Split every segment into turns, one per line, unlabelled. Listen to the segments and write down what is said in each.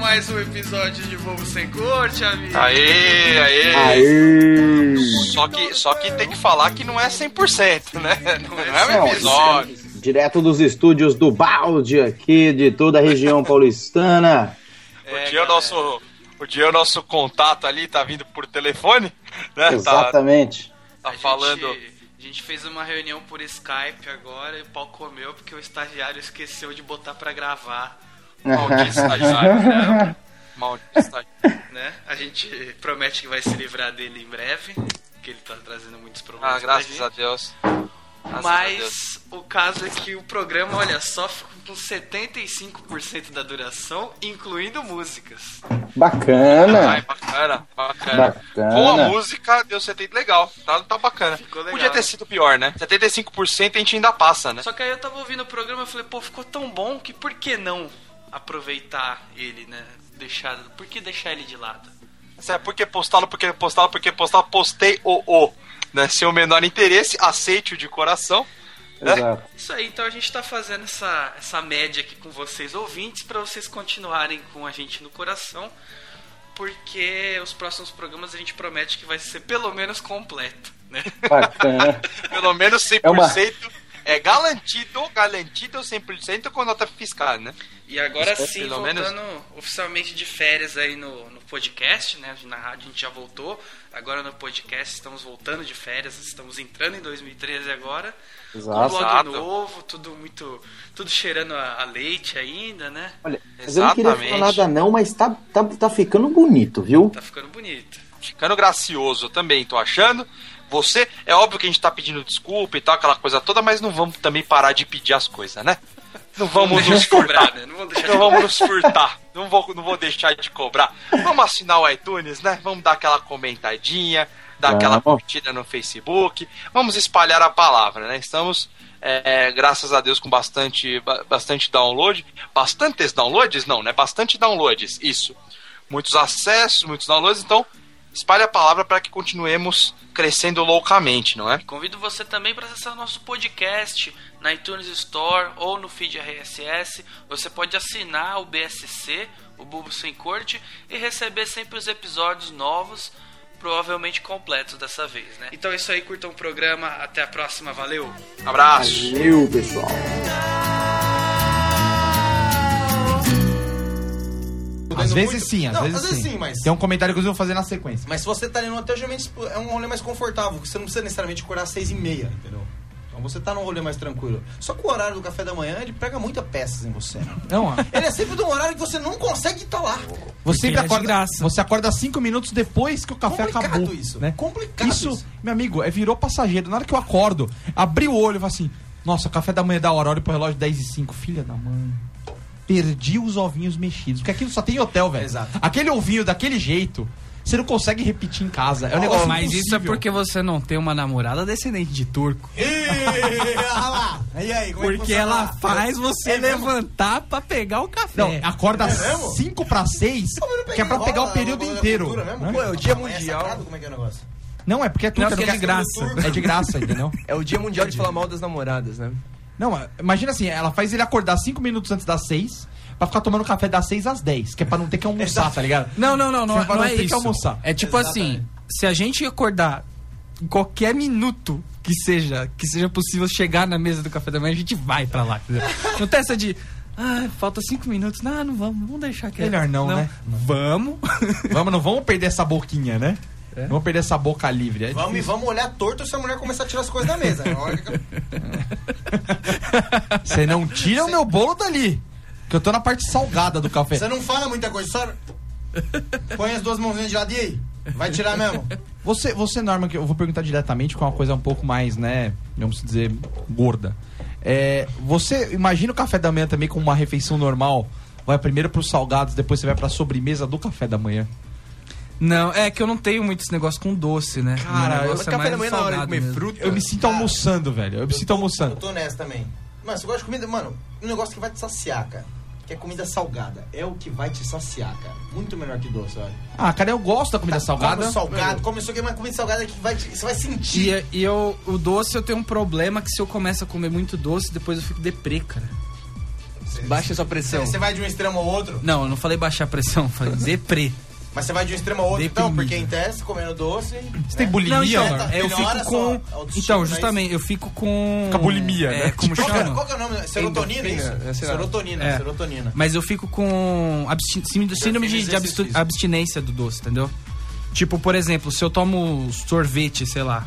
mais um episódio de Bobo Sem Corte, amigo.
Aê, aê.
Aê!
Só que, só que tem que falar que não é 100%, né? Não é um
Não,
episódio.
Direto dos estúdios do Balde aqui, de toda a região paulistana.
É,
é, O dia o nosso, o dia é o nosso contato ali tá vindo por telefone, né? Tá,
Exatamente.
tá
A gente-
falando.
a gente fez uma reunião por Skype agora e o pau comeu porque o estagiário esqueceu de botar pra gravar,
Maldito estagiário, né? Maldito estagiário.
né? A gente promete que vai se livrar dele em breve, que ele tá trazendo muitos problemas.
Ah, graças a
pra gente.
Deus. Graças a Deus.
Mas o caso é que o programa, olha só, ficou com 75% da duração, incluindo músicas.
Ai,
Tá,
Bacana.
bacana, bacana.
Bacana.
Com a música deu 70 legal, tá, tá bacana.
Ficou legal.
Podia ter sido pior, né? 75% a gente ainda passa, né?
Só que aí eu tava ouvindo o programa e falei, pô, ficou tão bom que por que não aproveitar ele, né? Deixar, por que deixar ele de lado?
Mas É, porque postá-lo, porque postá-lo, porque postá-lo, postei o o. Né? Sem o menor interesse, aceite-o de coração.
Exato.
Isso aí, então a gente tá fazendo essa, essa média aqui com vocês ouvintes pra vocês continuarem com a gente no coração, porque os próximos programas a gente promete que vai ser pelo menos completo, né?
Bacana.
Pelo menos 100% é,
É uma-
garantido, garantido 100% com nota fiscal, né?
E agora
Isso,
sim,
pelo
voltando oficialmente de férias aí no, no podcast, né? Na rádio a gente já voltou, agora no podcast estamos voltando de férias, estamos entrando em 2013 agora. Com
Exato.
blog
Exato.
novo, tudo muito. Tudo cheirando a, a leite ainda, né?
Olha, mas eu não queria falar
Exatamente.
nada não, mas tá, tá, tá ficando bonito, viu?
Tá ficando bonito.
Ficando gracioso também, tô achando. Você, é óbvio que a gente tá pedindo desculpa e tal, aquela coisa toda, mas não vamos também parar de pedir as coisas, né? Não vamos
Deixa
nos
de cobrar,
cobrar,
né? Não vou deixar de
Não Então vamos nos furtar. Não vou, não vou deixar de cobrar. Vamos assinar o iTunes, né? Vamos dar aquela comentadinha, dar
Vamos.
aquela curtida no Facebook. Vamos espalhar a palavra, né? Estamos, é, é, graças a Deus, com bastante, ba- bastante download. Bastantes downloads? Não, né? Bastante downloads, isso. Muitos acessos, muitos downloads. Então, espalhe a palavra para que continuemos crescendo loucamente, não é?
Convido você também para acessar nosso podcast na iTunes Store ou no feed RSS. Você pode assinar o BSC, o Bubo Sem Corte, e receber sempre os episódios novos, provavelmente completos dessa vez, né? Então é isso aí, curtam o programa, até a próxima, valeu!
Tá,
Abraço.
Valeu, pessoal.
Às
Não,
vezes
muito-
sim, às
Não,
vezes, sim.
mas.
Tem um comentário que eu vou fazer na sequência.
Mas se você tá ali no hotel, geralmente tipo, é um rolê mais confortável, que você não precisa necessariamente acordar às seis e meia, entendeu? Então você tá num rolê mais tranquilo. Só que o horário do café da manhã, ele pega muita peças em você.
Não, ó,
Ele é sempre de um horário que você não consegue estar lá.
você
Porque é de
acorda,
graça.
você acorda cinco minutos depois que o café
Complicado
acabou,
isso.
né?
Complicado
isso,
isso.
meu amigo, é virou passageiro. Na hora que eu acordo, abri o olho e falo assim: "Nossa, café da manhã é da hora, olho pro relógio 10 e 5, filha da mãe. Perdi os ovinhos mexidos, porque aquilo só tem em hotel, velho.
Exato.
Aquele ovinho daquele jeito, você não consegue repetir em casa. É um negócio
Mas isso é
impossível.
porque você não tem uma namorada descendente de turco.
olha lá. E aí, como é
Porque ela faz você levantar pra pegar o café.
não, acorda
É mesmo?
5 pra 6,
um
que é pra pegar o período inteiro. né?
Pô, é o dia mundial. como é que é o negócio?
Não, é porque é turco,
porque é de graça.
É de graça, entendeu?
É o dia mundial de falar mal das namoradas, né?
Não, imagina assim, ela faz ele acordar 5 minutos antes das 6 pra ficar tomando café das 6 às 10, que é pra não ter que almoçar, tá ligado?
Não, não, não, não,
Você vai não
não é
ter que
isso.
almoçar.
É tipo assim, se a gente acordar em qualquer minuto que seja, que seja possível chegar na mesa do café da manhã, a gente vai pra lá. entendeu? Não tem essa de, ah, falta cinco minutos, não, não vamos, vamos deixar que
Melhor não, né?
Vamos.
Vamos, não vamos perder essa boquinha, né?
É.
Não vamos perder essa boca livre. É
Vamos, e vamos olhar torto se a mulher começar a tirar as coisas da mesa. É Na hora que-
difícil. Você não tira o meu bolo dali. Que eu tô na parte salgada do café.
Você não fala muita coisa, só. Põe as duas mãozinhas de lado e aí? Vai tirar mesmo?
Você, você, Norma, que eu vou perguntar diretamente com uma coisa um pouco mais, né? Vamos dizer, gorda. É, você imagina o café da manhã também como uma refeição normal? Vai primeiro pros salgados, depois você vai pra sobremesa do café da manhã.
Não, é que eu não tenho muito esse negócio com doce, né?
Cara,
Meu
eu-
negócio é
café
mais
da manhã na hora de
salgado
comer
mesmo.
fruta.
Eu me sinto almoçando, velho. Eu me sinto
Eu
almoçando.
tô nessa também. Mas você gosta de comida? Mano, um negócio que vai te saciar, cara. Que é comida salgada. É o que vai te saciar, cara. Muito melhor que doce, olha.
Ah, cara, eu gosto da
Tá,
Tá
comida salgada.
Come salgado, come isso aqui, mas comida salgada que vai te- você vai sentir.
E, e eu, o doce eu tenho um problema que se eu começo a comer muito doce, depois eu fico deprê, cara.
Você
Baixa sua pressão.
Você vai de um extremo ao outro,
Não, eu não falei baixar a pressão, eu falei deprê.
mas você vai de um extremo ao outro, então,
Deprimido.
porque em tese, comendo doce. né?
Você tem
Não,
bulimia,
então,
Omar?
Marco?
é, eu
Melhora
fico com.
sua autoestima,
Então,
mas-
justamente, eu fico com.
Com a é bulimia,
é,
né?
Como
Qual, que é-
chama?
qual que é o nome? Serotonina, isso?
Endorfina, é, sei lá.
Serotonina,
É.
serotonina.
Mas eu fico com absti- síndrome- síndrome de, de abstu-
exercício.
abstinência do doce, entendeu? Tipo, por exemplo, se eu tomo sorvete, sei lá,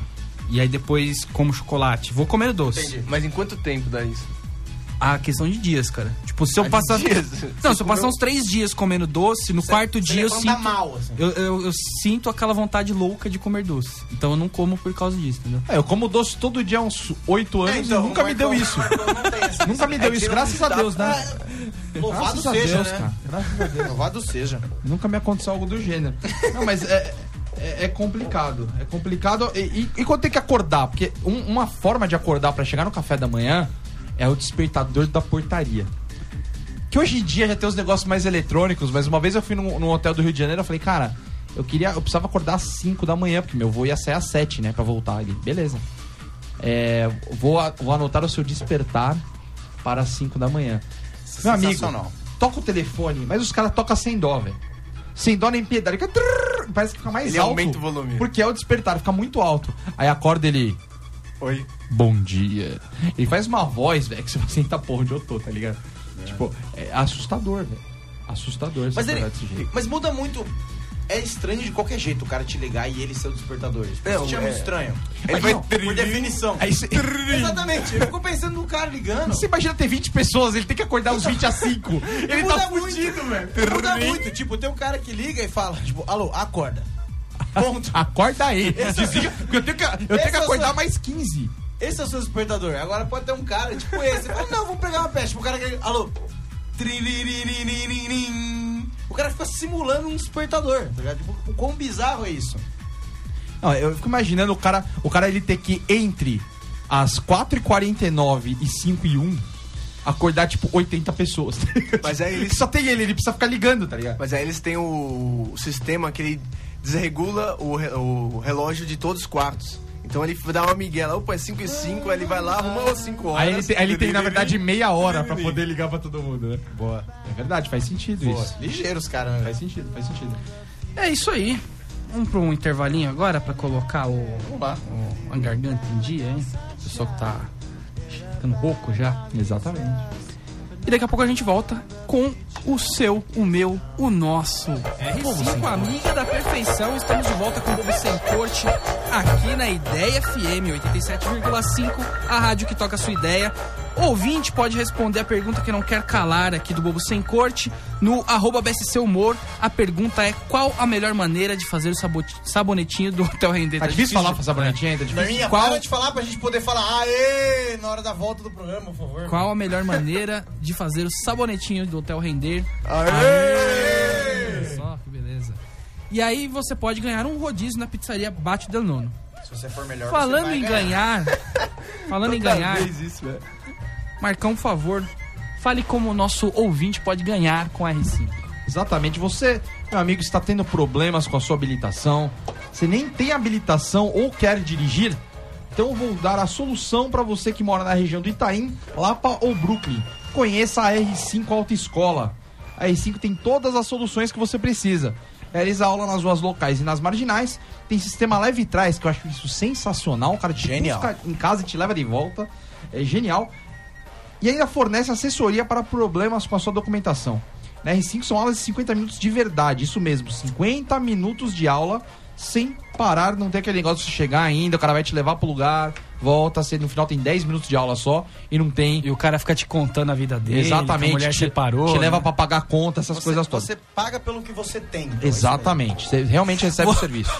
e aí depois como chocolate, vou comer o doce.
Entendi.
Mas em quanto tempo dá isso?
A questão de dias, cara. Tipo, se eu passar. Não, se eu passar uns três dias comendo doce, no quarto
Você
dia eu
levanta
sinto.
mal, assim.
Eu, eu- eu sinto aquela vontade louca de comer doce. Então eu não como por causa disso, entendeu?
É, eu como doce todo dia há uns 8 anos
É, então,
e nunca
o
me deu
Marcão-
isso.
o Marcão não tem É essa-
Nunca me deu isso, graças a Deus, né?
Louvado
Graças a
seja,
Deus,
né?
cara. Graças a Deus.
Louvado seja.
Nunca me aconteceu algo do gênero. Não, mas é, é, é complicado. É complicado. E, e- e quando tem que acordar? Porque um- uma forma de acordar pra chegar no café da manhã é o despertador da portaria. Que hoje em dia já tem os negócios mais eletrônicos, mas uma vez eu fui num, num hotel do Rio de Janeiro eu falei, cara, eu queria. Eu precisava acordar às 5 da manhã, porque meu voo ia sair às 7, né? Pra voltar ali. Beleza. É, vou, a- vou anotar o seu despertar para as 5 da manhã. Meu amigo,
Sensacional.
toca o telefone, mas os caras tocam sem dó, velho. Sem dó nem piedade. Fica trrr, Parece que fica mais
Ele
alto.
aumenta o volume.
Porque é o despertar, fica muito alto. Aí acorda ele.
Oi.
Bom dia. Ele faz uma voz, velho, que você vai sentar porra onde eu tô, tá ligado? Tipo, é assustador, velho. Assustador você
Mas, ele,
acordar desse jeito.
mas muda muito. É estranho de qualquer jeito o cara te ligar e ele ser o despertador. Tipo,
Não,
Isso te é
é.
muito estranho.
Ele vai
Por definição.
Aí você,
Exatamente. Eu fico pensando no cara ligando.
você imagina ter 20 pessoas, ele tem que acordar uns 20 a 5. Ele
muda
tá fudido.
muito, velho. Muda muito. Tipo, tem um cara que liga e fala, tipo, alô, acorda. Ponto.
Acorda aí. Desliga, porque eu tenho que, eu tenho que
Essa é a
acordar
sua-
mais 15.
Esse é o seu despertador. Agora pode ter um cara, tipo esse. Fala, não, vou pegar uma peça. Tipo, o cara que. Alô. Triliririririririm. O cara fica simulando um despertador. Tá ligado? Tipo, o quão bizarro é isso?
Não, eu fico imaginando o cara, o cara ele ter que entre as 4h49 e 5 e 1 acordar tipo 80 pessoas.
Mas aí eles-
só tem ele, ele precisa ficar ligando, tá ligado?
Mas aí eles têm o, o sistema que ele desregula o, re- o relógio de todos os quartos. Então ele dá uma miguela, opa, é 5 e 5, aí ele vai lá, arruma 5 horas.
Aí ele, tem, aí ele tem, na verdade, meia hora pra poder ligar pra todo mundo, né? Boa. É verdade, faz sentido isso.
Ligeiros, cara. né?
Faz sentido, faz sentido.
É isso aí. Vamos para um intervalinho agora para colocar o,
Vamos lá.
a garganta em dia, hein? O pessoal que tá ficando rouco já.
Exatamente.
E daqui a pouco a gente volta com o seu, o meu, o nosso. R5 É Amiga da Perfeição, estamos de volta com o Bobo Sem Corte aqui na Ideia FM 87,5, a rádio que toca a sua ideia. Ouvinte pode responder a pergunta que não quer calar aqui do Bobo Sem Corte no arroba BSC Humor. A pergunta é qual a melhor maneira de fazer o sabote- sabonetinho do Hotel Render.
Tá difícil falar pra essa bonitinha ainda? é Difícil.
Norminha,
Qual-
para de falar pra gente poder falar aê na hora da volta do programa, por favor.
Qual a melhor maneira de fazer o sabonetinho do Hotel Render? Aê! Só, que beleza. E aí você pode ganhar um rodízio na pizzaria Bate del Nono.
Se você for melhor, você
Falando
vai
em ganhar, falando em ganhar,
isso, velho.
Marcão, por favor, fale como o nosso ouvinte pode ganhar com a R5.
Exatamente. Você, meu amigo, está tendo problemas com a sua habilitação. Você nem tem habilitação ou quer dirigir? Então eu vou dar a solução para você que mora na região do Itaim, Lapa ou Brooklyn. Conheça a R5 Autoescola. A R5 tem todas as soluções que você precisa. Realiza aula nas ruas locais e nas marginais. Tem sistema leve trás, que eu acho isso sensacional. O cara te
Genial.
busca em casa e te leva de volta. É genial e ainda fornece assessoria para problemas com a sua documentação. Na R5 são aulas de 50 minutos de verdade, isso mesmo, 50 minutos de aula sem parar, não tem aquele negócio de chegar ainda, o cara vai te levar pro lugar, volta, você- no final tem 10 minutos de aula só e não tem.
E o cara fica te contando a vida dele,
Exatamente.
que a mulher
te,
separou.
Te
né?
leva para pagar conta, essas
Você,
coisas todas.
você paga pelo que você tem. então é isso aí.
Exatamente, você realmente recebe o serviço.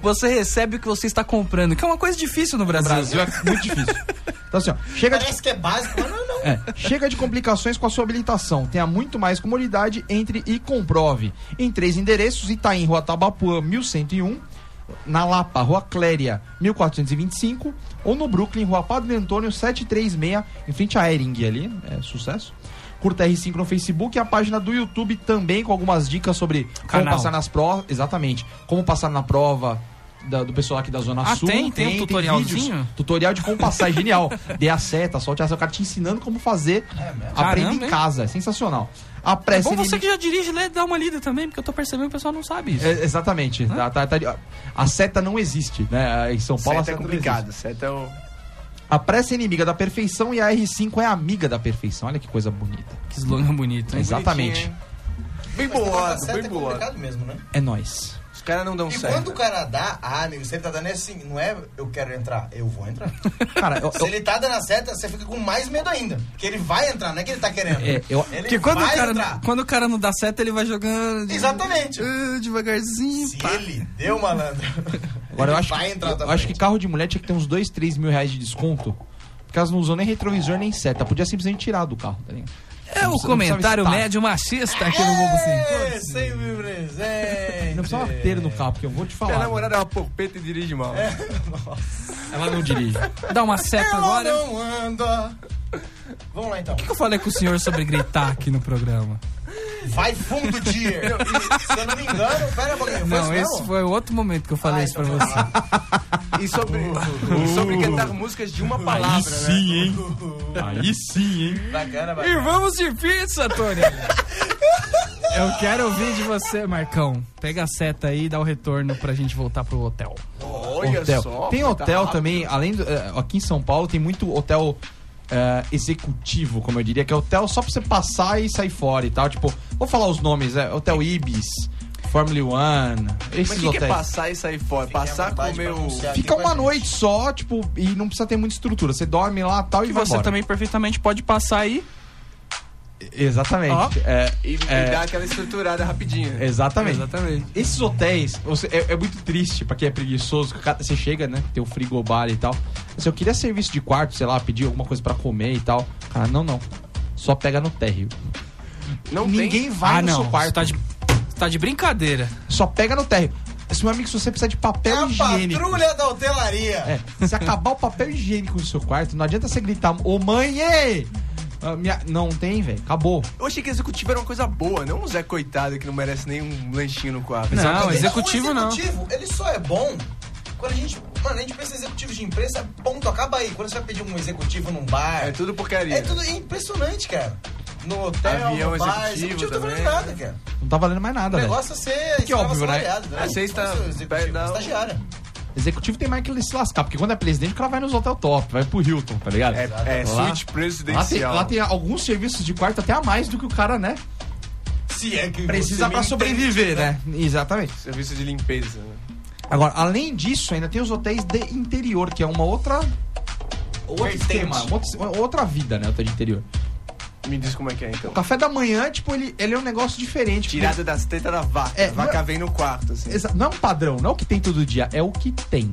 Você recebe o que você está comprando, que é uma coisa difícil no
O
Brasil.
Brasil é muito difícil. Então assim, ó, chega de
Parece que é básico, mas não, não.
É, chega de complicações com a sua habilitação. Tenha muito mais comodidade entre e comprove. Em três endereços, Itaim, Rua Tabapuã, 1101. Na Lapa, Rua Cléria, 1425. Ou no Brooklyn, Rua Padre Antônio, 736, em frente à Ering ali. É sucesso. Curta R5 no Facebook e a página do YouTube também com algumas dicas sobre como
Canal.
passar nas provas. Exatamente. Como passar na prova, da- do pessoal aqui da Zona
Ah,
Sul.
tem? Tem um tutorialzinho?
vídeos. tutorial de como passar, é genial. Dê a seta, solte a seta, o cara te ensinando como fazer. Aprenda
Caramba,
em
hein?
casa, é sensacional. A
É
pressa
bom você
inimiga-
que já dirige, lê, dá uma lida também, porque eu tô percebendo que o pessoal não sabe isso.
É, exatamente. Tá- tá- tá- a seta não existe, né? Em São Paulo
Seta é
a seta não
complicado, seta é o...
existe. A pressa é inimiga da perfeição e a R5 é amiga da perfeição. Olha que coisa bonita.
Que slogan bonito, hein?
Exatamente.
Bem
Mas
bolado,
tá certo,
bem
é
bolado.
complicado mesmo, né?
É nós.
Os caras não
um
dão
E
um
certo.
quando o cara dá, ah, nego, se ele tá dando é assim, não é eu quero entrar, eu vou entrar.
Cara, eu,
Se
eu-
ele tá dando a seta, você fica com mais medo ainda. Porque ele vai entrar, não é que ele tá querendo.
é, eu-
Ele
Porque quando o,
vai
cara,
entrar.
quando o cara não dá seta, ele vai jogando. né?
Exatamente.
Ah, devagarzinho.
Se
pá.
ele deu malandro,
Agora eu
ele
acho,
vai
que,
entrar
eu
também.
acho que carro de mulher tinha que ter uns 2, 3 mil reais de desconto. Porque elas não usam nem retrovisor nem seta. Podia simplesmente tirar do carro, tá ligado?
É o
Não precisa-
comentário
não precisava
médio machista aqui no assim. Globo Sem
É,
Cor.
sem me presente.
Não precisava ter no carro, porque eu vou te
Minha
falar.
namorada é uma popeta e dirige mal.
Ela não dirige.
Dá uma seta
Ela
agora. O
não anda. Vamos lá então.
que eu falei com o senhor sobre gritar aqui no programa?
Vai fundo, Tier. Se eu não me engano, pera um pouquinho. Foi
Não,
isso
esse
mesmo?
foi outro momento que eu falei
Ah,
isso pra
então
você.
E sobre, e sobre cantar músicas de uma palavra, né?
hein? Aí sim, hein?
Bacana,
E
bacana.
vamos de pizza, Tony! Eu quero ouvir de você, Marcão. Pega a seta aí e dá o retorno pra gente voltar pro hotel.
Olha
hotel.
só.
tem
tá
hotel
rápido.
também, além do, eh, aqui em São Paulo tem muito hotel eh, executivo, como eu diria, que é hotel só pra você passar e sair fora e tal. Tipo, vou falar os nomes, é Hotel Ibis, Formula One, esses
Mas o que, que é
hotéis.
passar e sair fora?
Fiquem à
passar com
vontade
o
pra
meu...
anunciar aqui
Fica
com a
uma
gente.
noite só, tipo, e não precisa ter muita estrutura. Você dorme lá tal, e
E
vai
você
embora.
também perfeitamente pode passar aí.
Exatamente.
Ó.
É,
E, e
É.
dar aquela estruturada rapidinho.
exatamente.
Exatamente.
Esses hotéis, você- é, é muito triste pra quem é preguiçoso. que o cara- Você chega, né? Tem o frigobar e tal. Se eu queria serviço de quarto, sei lá, pedir alguma coisa pra comer e tal. Cara, não, não. Só pega no térreo.
Não
Ninguém vai
ah,
no
não.
seu quarto.
Tá de, tá de brincadeira.
Só pega no térreo. Se meu amigo, se você precisar de
É
papel
a
higiênico.
patrulha da hotelaria.
É, se acabar o papel higiênico no seu quarto, não adianta você gritar, ô mãe! ê!" Ah, minha- Não tem, velho. Acabou.
Eu achei que executivo era uma coisa boa, não um Zé coitado que não merece nenhum lanchinho no quarto.
Não,
Entendeu?
executivo
o é
não.
executivo, ele só é bom quando a gente. Mano, a gente pensa em executivo de imprensa, ponto, acaba aí. Quando você vai pedir um executivo num bar.
É tudo porcaria.
é tudo impressionante, cara. No hotel,
Avião
no bar,
executivo
executivo não tá valendo
também. né?
nada, cara.
Não tá valendo mais nada,
O
velho.
negócio é ser
Que óbvio, né?
assalariado,
Ah, você está-
Não é ser executivo,
vai dar um-
estagiário.
Executivo tem mais que ele se lascar, porque quando é presidente, o cara vai nos hotel top, vai pro Hilton, tá ligado?
É,
Lá-
é suíte
Lá tem,
presidencial.
lá tem alguns serviços de quarto até a mais do que o cara, né?
Se é que
Precisa
você
pra
me
sobreviver, né? Exatamente.
Serviço de limpeza. né?
Agora, além disso, ainda tem os hotéis de interior, que é uma outra. Outro
Vertente.
esquema, outro- outra vida, né? Hotel de interior.
Me diz como é que é, então.
O café da manhã, tipo, ele, ele é um negócio diferente. porque-
Tirada das tetas da vaca.
É,
a vaca vem no quarto, assim.
Exa- Não é um padrão, não é o que tem todo dia, é o que tem.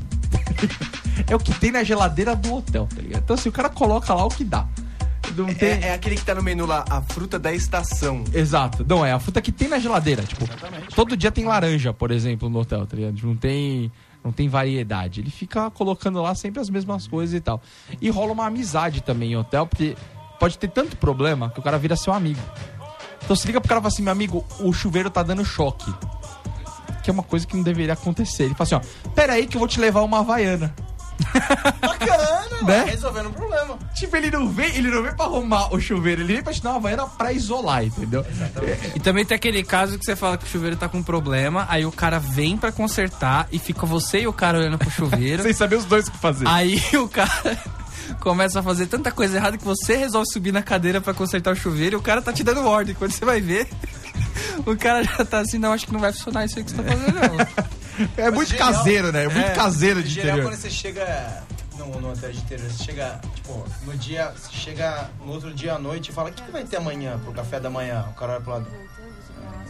é o que tem na geladeira do hotel, tá ligado? Então, assim, o cara coloca lá o que dá. Não tem.
É, é aquele que tá no menu lá, a fruta da estação.
Exato. Não, é a fruta que tem na geladeira. Tipo, todo dia tem laranja, por exemplo, no hotel, tá ligado? Tipo, Não tem, não tem variedade. Ele fica colocando lá sempre as mesmas coisas e tal. E rola uma amizade também em hotel, porque pode ter tanto problema que o cara vira seu amigo. Então se liga pro cara e fala assim, meu amigo, o chuveiro tá dando choque. Que é uma coisa que não deveria acontecer. Ele fala assim, ó, pera aí que eu vou te levar uma Havaiana.
Bacana,
Né?
né? resolvendo um problema.
Tipo, ele não vem, ele não vem pra arrumar o chuveiro, ele vem pra te dar uma Havaiana pra isolar, entendeu?
E também tem aquele caso que você fala que o chuveiro tá com problema, aí o cara vem pra consertar e fica você e o cara olhando pro chuveiro.
Sem saber os dois o que
Ah.
fazer.
Aí o cara começa a fazer tanta coisa errada que você resolve subir na cadeira pra consertar o chuveiro e o cara tá te dando ordem. Quando você vai ver, o cara já tá assim, não, acho que não vai funcionar isso aí que você tá fazendo, não.
É muito
genial.
caseiro, né? É muito caseiro
Em
de
geral,
interior.
quando você chega no, no hotel de interior, você chega, tipo, no dia, você chega no outro dia à noite e fala, o que, que vai ter amanhã pro café da manhã? O cara olha pro lado. "Ah,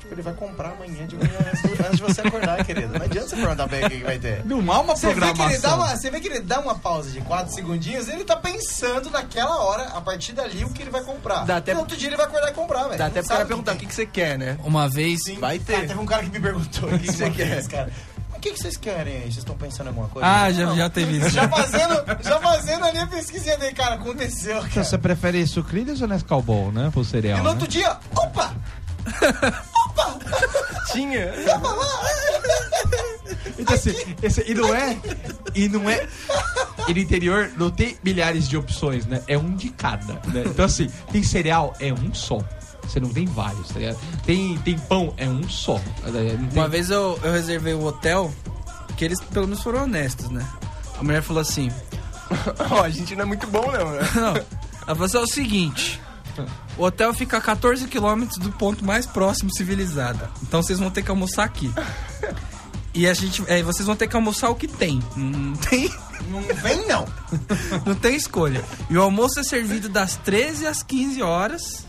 Tipo, ele vai comprar amanhã de manhã antes antes de você acordar, querido. Não adianta você perguntar pra ele o que, que vai ter.
Não há uma
Você vê, que ele dá
programação.
uma, você vê que ele dá uma pausa de 4 segundinhos e ele tá pensando naquela hora, a partir dali, o que ele vai comprar.
Dá até-
No outro dia ele vai acordar e comprar, velho.
Dá até
Não
pro cara
sabe
perguntar o que, que você quer, né?
Uma vez.
Sim.
Vai ter. é.
Ah, teve um cara que me perguntou o que
Você
você quer,
quer?
cara. Mas o que, que vocês querem aí? Vocês estão pensando em alguma coisa?
Ah, já,
Não.
já teve isso.
Já fazendo, já fazendo ali a pesquisinha dele, cara, aconteceu, cara.
Você prefere sucrilhos ou Nescau Ball, né? Pro
E
cereal,
no
né?
outro dia, opa!
Tinha.
Tava lá!
Então, assim, esse- e não é. E não é. E no interior não tem milhares de opções, né? É um de cada. né? Então, assim, tem cereal, é um só. Você não tem vários, tá ligado? Tem, tem pão, é um só. Não tem-
Uma vez eu, eu reservei o hotel, que eles pelo menos foram honestos, né? A mulher falou assim:
Ó, a gente não é muito bom, não. né?
Não, ela falou assim: é o seguinte. O hotel fica a 14 quilômetros do ponto mais próximo civilizado. Então vocês vão ter que almoçar aqui. E a gente. É, vocês vão ter que almoçar o que tem. Não tem.
Não vem, não.
Não tem escolha. E o almoço é servido das 13 às 15 horas.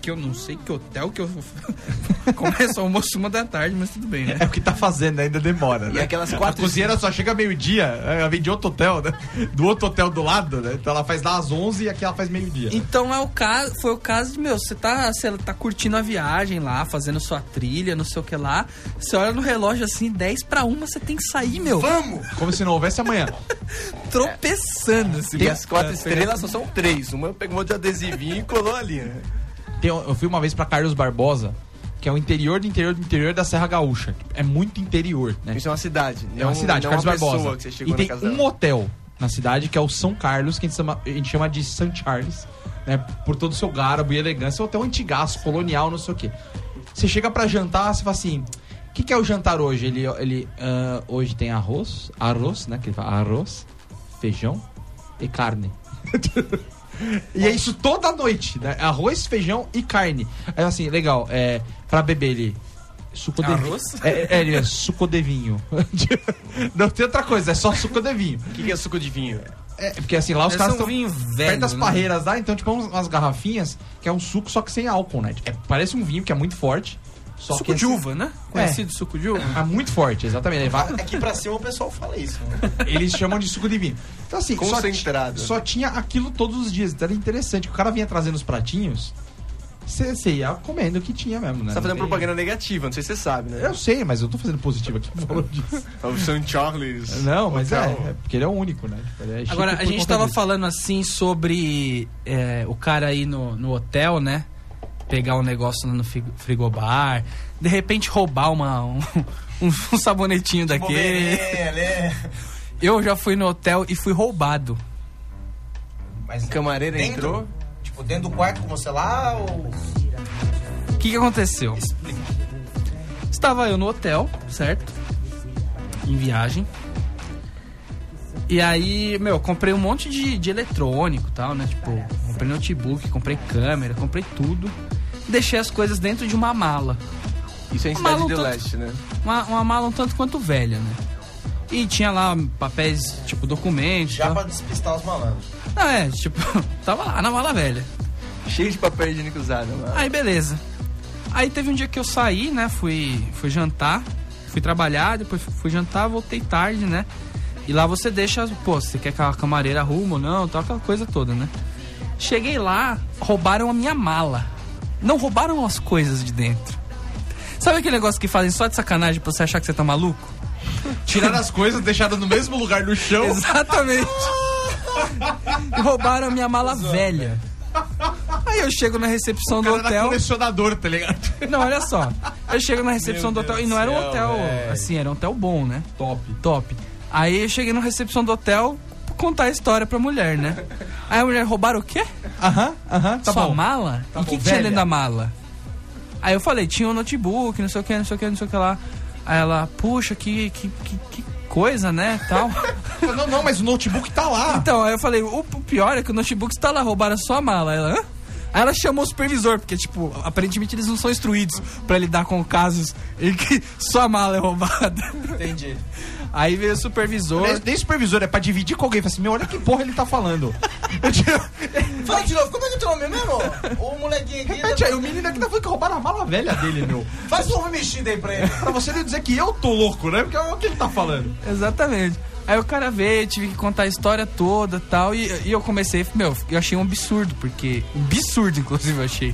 Que eu não sei que hotel que eu. Começa o almoço uma da tarde, mas tudo bem, né?
É o que tá fazendo, ainda demora, né?
E aquelas
A
quatro.
cozinheira só chega meio-dia, ela vem de outro hotel, né? Do outro hotel do lado, né? Então ela faz lá às 11 e aqui ela faz meio-dia.
Então é o caso, foi o caso de, meu, você tá, você tá curtindo a viagem lá, fazendo sua trilha, não sei o que lá. Você olha no relógio assim, 10 pra uma, você tem que sair, meu,
Como se não houvesse amanhã.
tropeçando. Assim,
E as quatro estrelas só são três. Uma pegou um monte de adesivinho e colou ali, né?
Tem- um, eu fui uma vez pra Carlos Barbosa, que é o interior do interior do interior da Serra Gaúcha. É muito interior, né?
Isso é uma cidade.
É uma cidade,
não
Carlos
uma pessoa
Barbosa.
que você
e
chegou
tem
na casa
um
dela.
hotel na cidade que é o São Carlos, que a gente chama, a gente chama de St. Charles, né? Por todo o seu garbo e elegância. É um hotel antigaço, colonial, não sei o quê. Você chega pra jantar, você fala assim. O que, que é o jantar hoje? Ele, ele ah, hoje tem arroz, arroz, né? Que ele fala arroz, feijão e carne. E é isso toda noite, né? Arroz, feijão e carne. Aí assim, legal, é. Pra beber ele. Suco de
Arroz?
vinho. É, é, ele é suco de vinho. Não tem outra coisa, é só suco de vinho.
O que, que é suco de vinho?
É, porque assim, lá os
Os
caras
caras
estão
um vinho velho.
perto das
né?
parreiras lá, então, tipo, uns- umas garrafinhas que é um suco, só que sem álcool, né? É, parece um vinho que é muito forte. Só
Suco
que
de
assim,
uva, né? Conhecido suco de uva.
É muito forte, exatamente. Ele vai-
Aqui pra cima o pessoal fala isso. né?
Eles chamam de suco de vinho. Então, assim, só ti-
Concentrado.
Só tinha aquilo todos os dias. Então era interessante. que O cara vinha trazendo os pratinhos, você você ia comendo o que tinha mesmo, né?
Você tá
Não
fazendo
tem-
propaganda negativa, não sei se você sabe, né?
Eu sei, mas eu tô fazendo positivo aqui falando disso.
O St. Tá Charles.
Não, mas é,
Hotel.
é porque ele é o único, né? Tipo, ele é chique
Agora,
por
a gente
conta
tava
disso.
falando assim sobre é, o cara aí no, no hotel, né? Pegar um negócio no fri- frigobar, de repente roubar uma, um, um, um sabonetinho daquele.
É,
Eu já fui no hotel e fui roubado.
Mas
O camareiro
dentro,
entrou.
Tipo, dentro do quarto com você lá ou...
O que, que aconteceu? Estava eu no hotel, certo? Em viagem. E aí, meu, comprei um monte de, de eletrônico e tal, né? Tipo, comprei notebook, comprei câmera, comprei tudo. Deixei as coisas dentro de uma mala.
Isso é em
Maluco.
Cidade do Leste, né?
Uma, uma mala um tanto quanto velha, né? E tinha lá papéis, tipo, documentos. e
Já
tal.
pra despistar os malandros.
Ah, é, tipo, tava lá na mala velha.
Cheio de papel higiênico usado. mano.
Aí beleza. Aí teve um dia que eu saí, né? Fui, fui jantar, fui trabalhar, depois fui jantar, voltei tarde, né? E lá você deixa, pô, você quer que a camareira arruma ou não, tal, aquela coisa toda, né? Cheguei lá, roubaram a minha mala. Não roubaram as coisas de dentro. Sabe aquele negócio que fazem só de sacanagem pra você achar que você tá maluco?
Tiraram as coisas, deixaram no mesmo lugar no chão.
Exatamente. E roubaram a minha mala velha. Aí eu chego na recepção
o
do
cara era
hotel.
colecionador, tá ligado?
Não, olha só. Eu chego na recepção do hotel e não era um hotel, assim, era um hotel bom, né?
Top.
Top. Aí eu cheguei na recepção do hotel pra contar a história pra mulher, né? Aí a mulher roubaram o quê?
Aham, aham, tá
Sua
bom.
mala?
Tá
e o que,
bom,
que tinha
velha.
dentro da mala? Aí eu falei, tinha um notebook, não sei o que, não sei o que, não sei o que lá. Aí ela, puxa, que, que, que, que coisa, né? Tal.
Não, não, mas o notebook tá lá.
Então, aí eu falei, o o pior é que o notebook está lá, roubaram a sua mala. Aí Ela, hã? Aí ela chamou o supervisor, porque, tipo, aparentemente eles não são instruídos pra lidar com casos em que sua mala é roubada.
Entendi.
Aí veio o supervisor.
Nem, nem supervisor, é pra dividir com alguém. Fala assim, meu, olha que porra ele tá falando.
Fala de novo, como é que é o teu nome mesmo? Ô, molequinho aqui...
Repete aí, o menino aqui tá falando que roubaram a mala velha dele, meu.
Faz um ovo mexido aí pra ele.
Pra você não dizer que eu tô louco, né? Porque olha o que ele tá falando.
Exatamente. Aí o cara veio, tive que contar a história toda tal, e e eu comecei, meu, eu achei um absurdo, porque. Absurdo, inclusive, eu achei.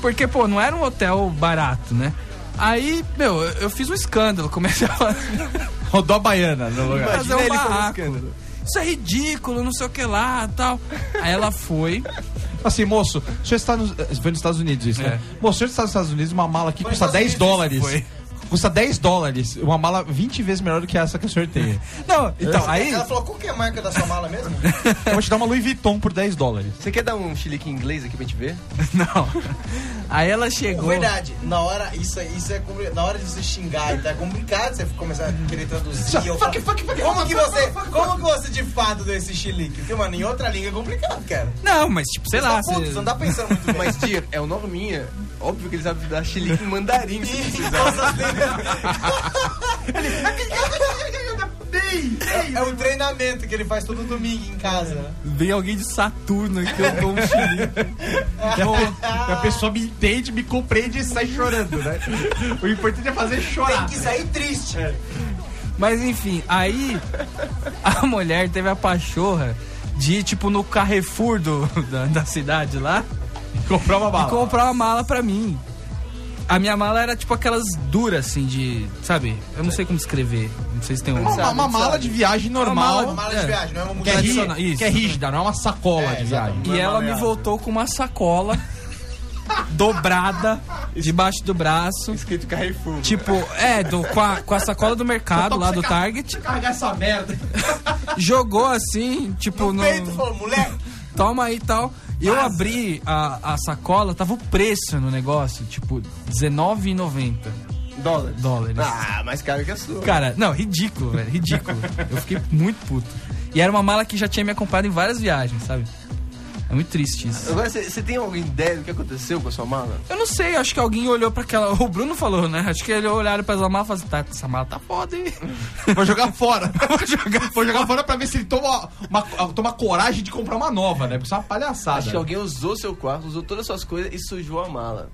Porque, pô, não era um hotel barato, né? Aí, meu, eu eu fiz um escândalo, comecei a fazer.
Rodou a baiana no lugar.
Fazer um
Imagina ele fazendo
barraco.
escândalo.
Isso é ridículo, não sei o que lá tal. Aí ela foi.
Assim, moço, o senhor está nos. eh, Foi nos Estados Unidos isso, né?
É.
Moço, o senhor está nos Estados Unidos, uma mala que
Foi
custa
nos
10
Estados
dólares. Custa 10 dólares, uma mala 20 vezes melhor do que essa que a senhora tem.
Não,
Então, aí
Ela falou, qual que é a marca da sua mala mesmo?
eu vou te dar uma Louis Vuitton por 10 dólares.
Você quer dar um chilique em inglês aqui pra gente ver?
não. Aí ela chegou.
É Verdade, na hora, isso, é- isso é compli- na hora de você xingar, então é complicado você começar a querer traduzir. ou falar, como que você, como que você de fato deu esse chilique? Porque, mano, em outra língua é complicado, cara.
Não, mas tipo, sei lá.
Puto,
você-
você não tá pensando muito bem.
Mas, tia, é o norminha. Óbvio que ele sabe dar chilique em mandarim. se precisar.
É, é um treinamento que ele faz todo domingo em casa.
Vem alguém de Saturno que eu dou um chilique.
é a pessoa me entende, me compreende e sai chorando, né? O importante é fazer
Tem
chorar.
que sair triste.
Mas enfim, aí a mulher teve a pachorra de ir, tipo, no Carrefour do, da, da cidade lá
Comprar uma
e
bala.
comprar uma mala pra mim. A minha mala era, tipo, aquelas duras, assim, de... Sabe? Eu não sei como escrever. Não sei se tem um...
Uma, uma mala de viagem normal.
Uma mala de
É.
viagem, não é uma
que, é
mudança.
ri-
rígida,
tradicional, isso.
que é rígida, não é uma sacola de viagem.
E ela me voltou com uma sacola dobrada debaixo do braço.
Escrito Carrefour.
Tipo, é, do- com, a, com a sacola do mercado lá do Target.
Carregar essa merda.
Jogou assim, tipo, no.
Peito falou, moleque,
Toma aí e tal. E eu abri a, a sacola, tava o preço no negócio, tipo, R$19,90
Dólar.
dólares.
Ah, mais caro que a sua.
Cara, não, ridículo, velho, ridículo. Eu fiquei muito puto. E era uma mala que já tinha me acompanhado em várias viagens, sabe? É muito triste isso.
Agora, você você tem alguma ideia do que aconteceu com a sua mala?
Eu não sei, acho que alguém olhou pra aquela. O Bruno falou, né? Acho que ele olharam pra essa mala e falaram assim: tá, essa mala tá foda, hein?
Vou jogar fora. Vou jogar, fora pra ver se ele toma, uma- toma coragem de comprar uma nova, né? Porque isso é uma palhaçada.
Acho que alguém usou seu quarto, usou todas as suas coisas e sujou a mala.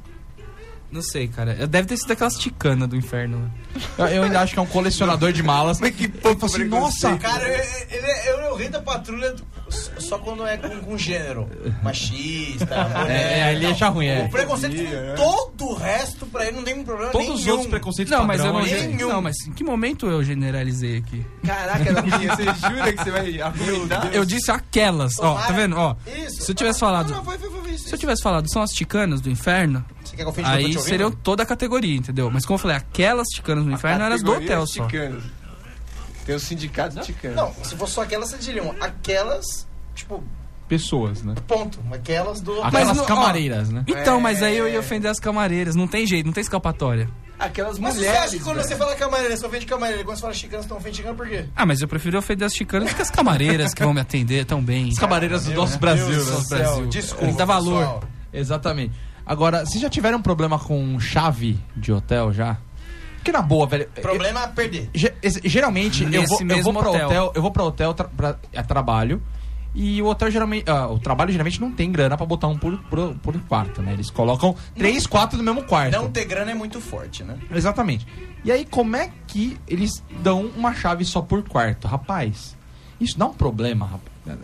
Não sei, cara. Deve ter sido aquelas ticanas do inferno. né?
Eu- Eu ainda acho que é um colecionador de malas. Mas que pouco assim, Nossa,
cara, eu- ele, eu, eu ri da patrulha só quando é com, com gênero. Machista, mulher.
É, aí ele
tal.
acha ruim, é.
O preconceito com todo o resto pra ele não tem problema
Todos os
nenhum.
outros preconceitos
Não, mas eu não.
padrão,
gente.
gen- Não, mas em que momento eu generalizei aqui?
Caraca, Norminha, você jura que você vai argumentar?
Eu disse aquelas, ó, tá vendo? Ó,
Isso.
se eu tivesse
Não, não,
falado.
foi, foi, foi isso.
Se eu tivesse falado, são as ticanas do inferno,
Você quer que eu finge que eu tô
aí
te ouvindo?
seriam toda a categoria, entendeu? Mas como eu falei, aquelas ticanas do inferno eram as do
Categoria
hotel só.
ticanos. Tem o sindicato ticano.
Não, se fosse só aquelas, você diriam aquelas, tipo,
pessoas, né?
ponto. Aquelas do...
Aquelas
Mas no- ó,
camareiras, né?
Então, mas aí
É.
eu ia ofender as camareiras, não tem jeito, não tem escapatória.
Aquelas
Mas você
mulheres.
acha que é quando
velho.
você fala camareira, só vende camareira. Quando você fala chicana, você não vende chicana por quê?
Ah, mas eu prefiro ofender as chicanas que as camareiras que vão me atender tão bem.
As camareiras do nosso Brasil,
Deus do
né?
céu,
Brasil.
Desculpa,
Tem que dar valor.
pessoal.
Exatamente. Agora, vocês já tiveram problema com chave de hotel já? Porque na boa, velho.
Problema é perder.
Ge- esse- Geralmente eu
Nesse
vou, eu
mesmo
vou pra hotel.
hotel.
eu vou pra hotel tra- pra- a trabalho. E o hotel geralmente. ah, o trabalho geralmente não tem grana pra botar um por, por, por quarto, né? Eles colocam três, quatro no mesmo quarto.
Não ter grana é muito forte, né?
Exatamente. E aí, como é que eles dão uma chave só por quarto? Rapaz, isso dá um problema, rapaz.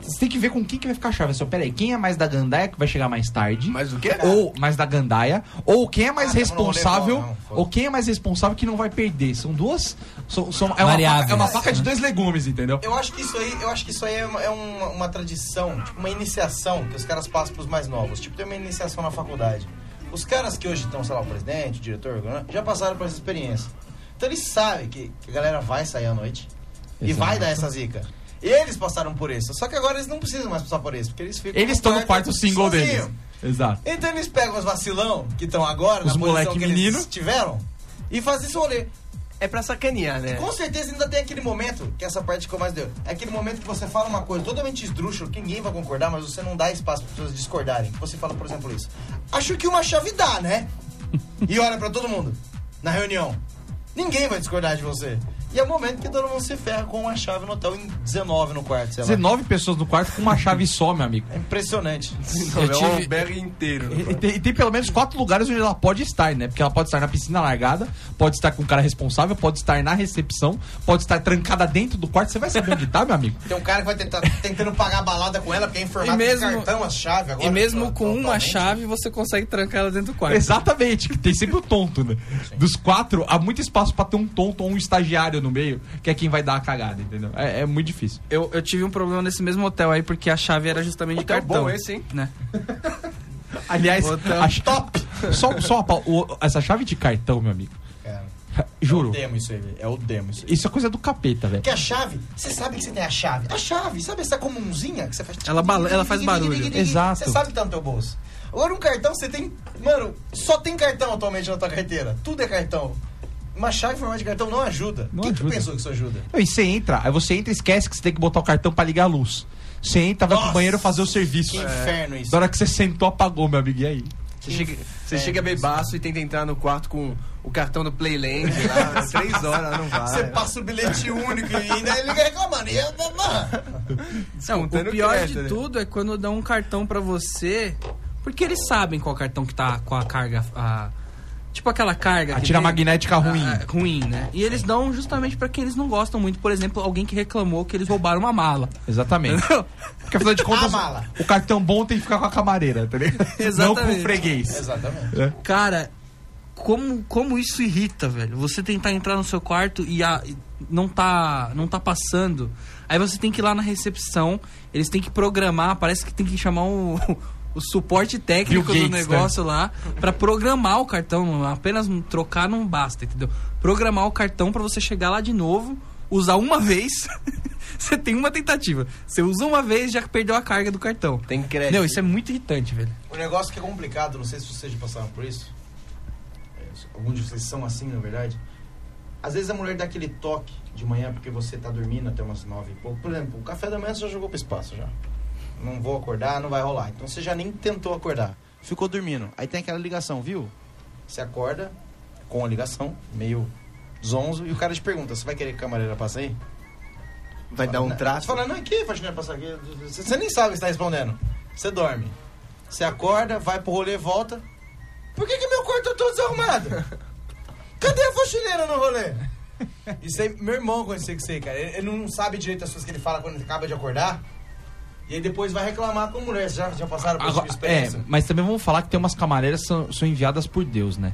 Você tem que ver com quem que vai ficar a chave. Assim, ó, peraí, quem é mais da gandaia que vai chegar mais tarde?
Mas o quê?
Ou mais da gandaia. Ou quem é mais
Ah, não,
responsável.
não, não, não,
ou quem é mais responsável que não vai perder. São duas. São, são- é, uma
Variáveis,
faca, é uma faca de dois legumes, entendeu?
Eu acho que isso aí, eu acho que isso aí é uma, é uma- uma tradição, tipo, uma iniciação que os caras passam pros mais novos. Tipo, tem uma iniciação na faculdade. Os caras que hoje estão, sei lá, o presidente, o diretor, né, já passaram por essa experiência. Então eles sabem que que a galera vai sair à noite e
Exato.
vai dar essa zica. Eles passaram por isso. Só que agora eles não precisam mais passar por isso, porque eles ficam.
Eles estão no quarto single
sozinho.
deles. Exato.
Então eles pegam os vacilão que estão agora,
Os
na
moleque
posição que
menino.
eles tiveram, e fazem esse rolê.
É pra sacanear, né?
Com certeza ainda tem aquele momento, que é essa parte que eu mais deu. É aquele momento que você fala uma coisa totalmente esdrúxula, que ninguém vai concordar, mas você não dá espaço para pessoas discordarem. Você fala, por exemplo, isso. Acho que uma chave dá, né? E olha pra todo mundo, na reunião. Ninguém vai discordar de você. E é o momento que todo mundo se ferra com uma chave no hotel em 19 no quarto, sei lá.
19 pessoas no quarto com uma chave só, meu amigo.
É impressionante.
Não,
Eu
é um
tive-
albergue inteiro.
E, e tem, e tem pelo menos quatro lugares onde ela pode estar, né? Porque ela pode estar na piscina largada, pode estar com o cara responsável, pode estar na recepção, pode estar trancada dentro do quarto. Você vai saber onde tá, meu amigo?
Tem um cara que vai tentar, tentando pagar a balada com ela, porque é informado
E
no
mesmo-
cartão a chave agora.
E mesmo com uma
Totalmente.
chave, você consegue trancar ela dentro do quarto.
Exatamente, que tem sempre o tonto, né? Dos quatro, há muito espaço pra ter um tonto ou um estagiário no meio, que é quem vai dar a cagada, entendeu? É, é muito difícil.
Eu, eu tive um problema nesse mesmo hotel aí, porque a chave era justamente de
Hotel
cartão.
bom esse, hein?
Né?
Aliás,
Botão.
a, top! Só, só uma pau- o- essa chave de cartão, meu amigo.
Cara.
É
Juro.
o demo isso aí, velho. É o demo isso aí.
Isso é coisa do capeta, velho.
Porque a chave, você sabe que você tem a chave. A chave, sabe essa comunzinha que você faz?
Ela bala- ela faz barulho.
Exato.
Você sabe que tá no teu bolso. Agora um cartão, você tem... Mano, só tem cartão atualmente na tua carteira. Tudo é cartão. Uma chave em formato de cartão não ajuda.
Não
Quem
ajuda.
que pensou que isso ajuda?
Não, E você entra, aí você entra e esquece que você tem que botar o cartão pra ligar a luz. Você entra, vai pro
Nossa,
banheiro fazer o serviço.
Que inferno isso.
Na hora que você sentou, apagou, meu amigo. E aí?
Você chega, você chega bebaço e tenta entrar no quarto com o cartão do Playland lá, três horas, não vai.
Ah, Você passa o bilhete único e ainda ele fica reclamando. E eu, mano,
Não, o
Descontando
pior
crédito,
de
né?
tudo é quando dão um cartão pra você, porque eles sabem qual cartão que tá com a carga. a- tipo aquela carga.
A
que
tira
vem-
magnética ruim.
Ah, ah, ruim, né? E eles dão justamente pra quem eles não gostam muito. Por exemplo, alguém que reclamou que eles roubaram uma mala.
Exatamente.
Entendeu?
Porque afinal de contas,
mala.
o cartão bom tem que ficar com a camareira, tá ligado? Não com o
Exatamente.
freguês. É.
Exatamente.
Cara, como, como isso irrita, velho? Você tentar entrar no seu quarto e a, e não, tá, não tá passando. Aí você tem que ir lá na recepção, eles têm que programar, parece que tem que chamar o, o suporte técnico
Bill
do
Gates, né?
negócio lá pra programar o cartão. não- Apenas trocar não basta, entendeu? Programar o cartão pra você chegar lá de novo, usar uma vez. você tem uma tentativa. Você usa uma vez já perdeu a carga do cartão.
Tem crédito.
Não, isso é muito irritante, velho.
O negócio que é complicado, não sei se vocês já passaram por isso. É, Alguns de vocês são assim, na verdade. Às vezes a mulher dá aquele toque de manhã porque você tá dormindo até umas nove e pouco. Por exemplo, o café da manhã você já jogou pro espaço já. Não vou acordar, não vai rolar. Então você já nem tentou acordar. Ficou dormindo. Aí tem aquela ligação, viu? Você acorda com a ligação, meio zonzo, e o cara te pergunta: você vai querer que a camareira passe aí?
Vai dar um
Não,
trato.
Você fala, não, aqui, faxineira passar aqui. Você, você nem sabe o que você tá respondendo. Você dorme. Você acorda, vai pro rolê, volta. Por que, que meu quarto tá todo desarrumado? Cadê a faxineira no rolê? Isso aí, meu irmão aconteceu com isso aí, cara. Ele, ele não sabe direito as coisas que ele fala quando ele acaba de acordar. E aí depois vai reclamar com a mulher. Vocês já, já passaram por essa
Agora, é,
experiência?
mas também vamos falar que tem umas camareiras que são, são enviadas por Deus, né?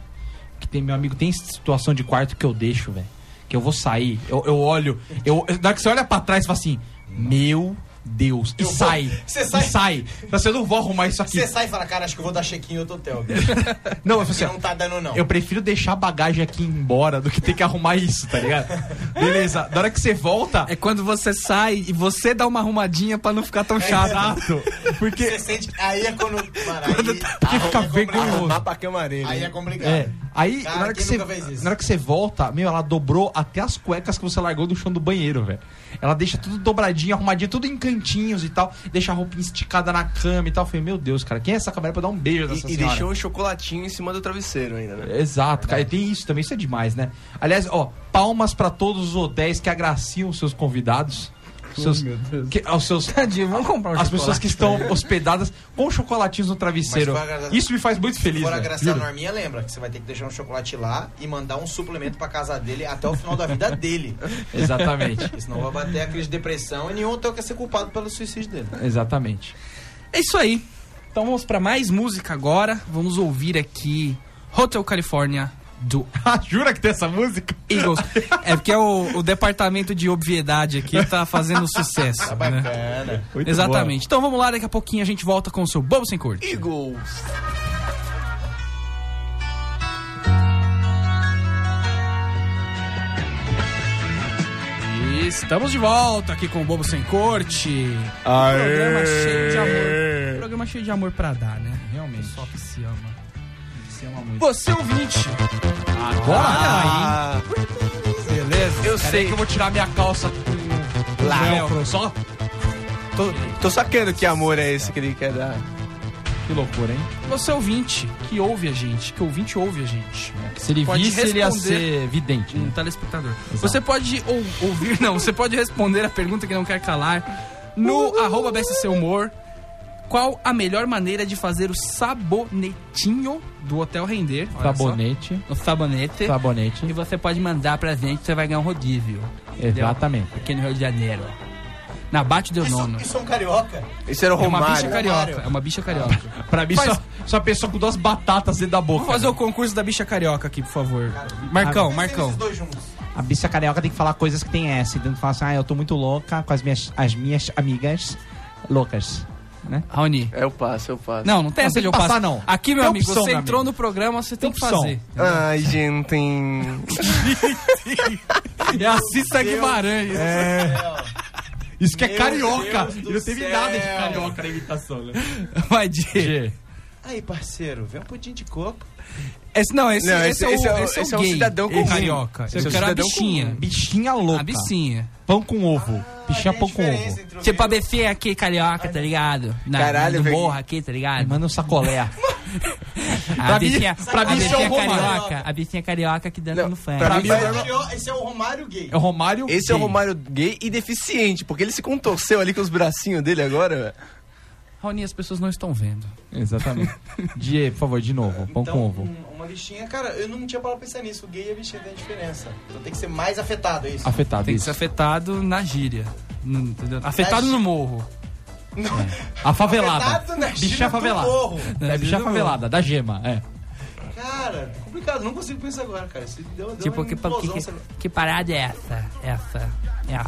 Que tem, meu amigo, tem situação de quarto que eu deixo, velho. Que eu vou sair, eu, eu olho, eu, na hora que você olha pra trás e fala assim, meu Deus, e
Eu vou-
sai,
Você
e
sai.
sai. Mas eu não vou arrumar isso aqui.
Você sai e fala, cara, acho que eu vou dar check-in em outro hotel.
Não, eu falo assim,
Você
ó,
não tá dando, não.
eu prefiro deixar a bagagem aqui e ir embora do que ter que arrumar isso, tá ligado? Beleza, na hora que você volta,
É quando você sai e você dá uma arrumadinha pra não ficar tão chato.
chato. É Porque
Você sente... Aí é quando... Mano, aí,
porque fica
aí é complicado.
vergonhoso.
Arrumar pra camareira.
Aí é complicado.
É. Aí,
Cara,
na, hora que
quem
você,
nunca fez isso?
na hora que você volta, meu, ela dobrou até as cuecas que você largou do chão do banheiro, velho. Ela deixa tudo dobradinho, arrumadinho, tudo em cantinhos e tal. Deixa a roupinha esticada na cama e tal. Eu falei, meu Deus, cara, quem é essa câmera pra dar um beijo nessa
E, e
senhora?
deixou o chocolatinho em cima do travesseiro ainda, né?
Exato, cara, tem isso também, isso é demais, né? Aliás, ó, palmas pra todos os hotéis que agraciam seus convidados. Seus, que- aos seus
Tadinho, vamos comprar um
as pessoas que estão hospedadas com chocolatinhos no travesseiro.
Mas foi agra-
Isso me faz muito feliz.
Se for
velho,
agraciar a
juro.
Norminha, lembra que você vai ter que deixar um chocolate lá e mandar um suplemento pra casa dele até o final da vida dele.
Exatamente.
Porque senão vai bater a crise de depressão e nenhum hotel quer ser culpado pelo suicídio dele.
Exatamente.
É isso aí. Então vamos pra mais música agora. Vamos ouvir aqui Hotel California do
Ah, Jura que tem essa música?
Eagles. É porque o, o departamento de obviedade aqui tá fazendo sucesso.
Tá
né?
bacana.
Muito
Exatamente. Então vamos lá, daqui a pouquinho a gente volta com o seu Bobo Sem Curte.
Eagles.
E Estamos de volta aqui com o Bobo Sem Corte. Programa cheio de amor. Programa cheio de amor pra dar, né? Realmente. Só que se ama.
Se ama muito.
Você ouvinte.
Agora
Ah,
Beleza?
eu
Sei
sei.
que eu vou tirar minha calça com
Lá.
velcro. Só
Tô, tô sacando que amor é esse que ele quer dar.
que loucura, hein?
Você ouvinte que ouve a gente, que ouvinte ouve a gente.
Se ele
Pode
visse, ele ia
responder.
ser vidente.
Um
né?
telespectador. Você pode ou- ouvir, não, você pode responder a pergunta que não quer calar no arroba BSC Humor. Qual a melhor maneira de fazer o sabonetinho do Hotel Render? Olha só.
Sabonete.
O sabonete.
Sabonete.
E você pode mandar pra gente, você vai ganhar um rodízio. entendeu?
Exatamente.
Aqui no Rio de Janeiro. Na Bate deu nono.
Isso é um carioca.
Esse era o
É uma
Romário.
bicha carioca. É uma bicha carioca.
Pra mim,
Faz-
só, só a pessoa com duas batatas dentro da boca.
Vamos fazer o concurso da bicha carioca aqui, por favor. Marcão, Marcão.
Os dois juntos.
A bicha carioca tem então que falar coisas que tem S. Tem que falar assim, ah, eu tô muito louca com as minhas, as minhas amigas loucas.
né? Raoni.
É, Eu passo, eu passo.
Não, não tem
Não,
essa
tem
de eu
que
passar,
passar, não.
Aqui, meu
Tem
amigo,
opção,
você
meu
entrou
amigo.
no programa, você tem,
Tem
que
opção.
fazer.
Ai, gente.
É assista Guimarães.
assim,
É.
Isso que é
Meu
carioca.
Deus do
E não teve nada de
céu.
carioca na imitação, né?
Vai, Diego.
G.
Aí, parceiro, vem um pudim de coco.
Esse não, esse,
Não,
esse,
esse-
é o,
esse é o-
esse
esse
é
é
o
um
gay.
cidadão
Esse
comum.
carioca.
Esse é
Eu
um
quero a
cidadão
bichinha.
Bichinha louca.
A Ah, bichinha. Ah,
Pão com ovo. Bichinha pão com ovo.
Tipo a BF aqui, carioca, tá ligado? Na,
Caralho,
no
velho.
morro aqui, tá ligado?
Manda um sacolé.
A
Pra mim-
bifinha,
pra
a
mim
um
isso é o
bifinha
Romário.
carioca. A bifinha carioca que dança
Não,
no funk.
pra mim-
Esse é, o Mario- esse é o Romário gay.
É o Romário.
Esse é o
Sim.
Romário gay e deficiente, porque ele se contorceu ali com os bracinhos dele agora, velho.
Raoni, as pessoas não estão vendo.
Exatamente. Die, por favor, de novo. Pão com
Então,
ovo.
um- uma bichinha, cara, eu não tinha parado pra pensar nisso. O gay e
é
a bichinha tem a diferença. Então tem que ser mais afetado, é isso.
Tá,
Afetado.
Tem que
Isso.
ser afetado na gíria. Não, entendeu? Afetado no morro.
A favelada.
Afetado na
Bicha
gíria né? do
favelada.
morro.
É, bicha favelada, da gema. É.
Cara, complicado, não consigo pensar agora, cara. Isso deu, um deu
Tipo,
uma
que,
implosão,
que,
sabe?
que, que parada é essa? Essa.
é
Essa.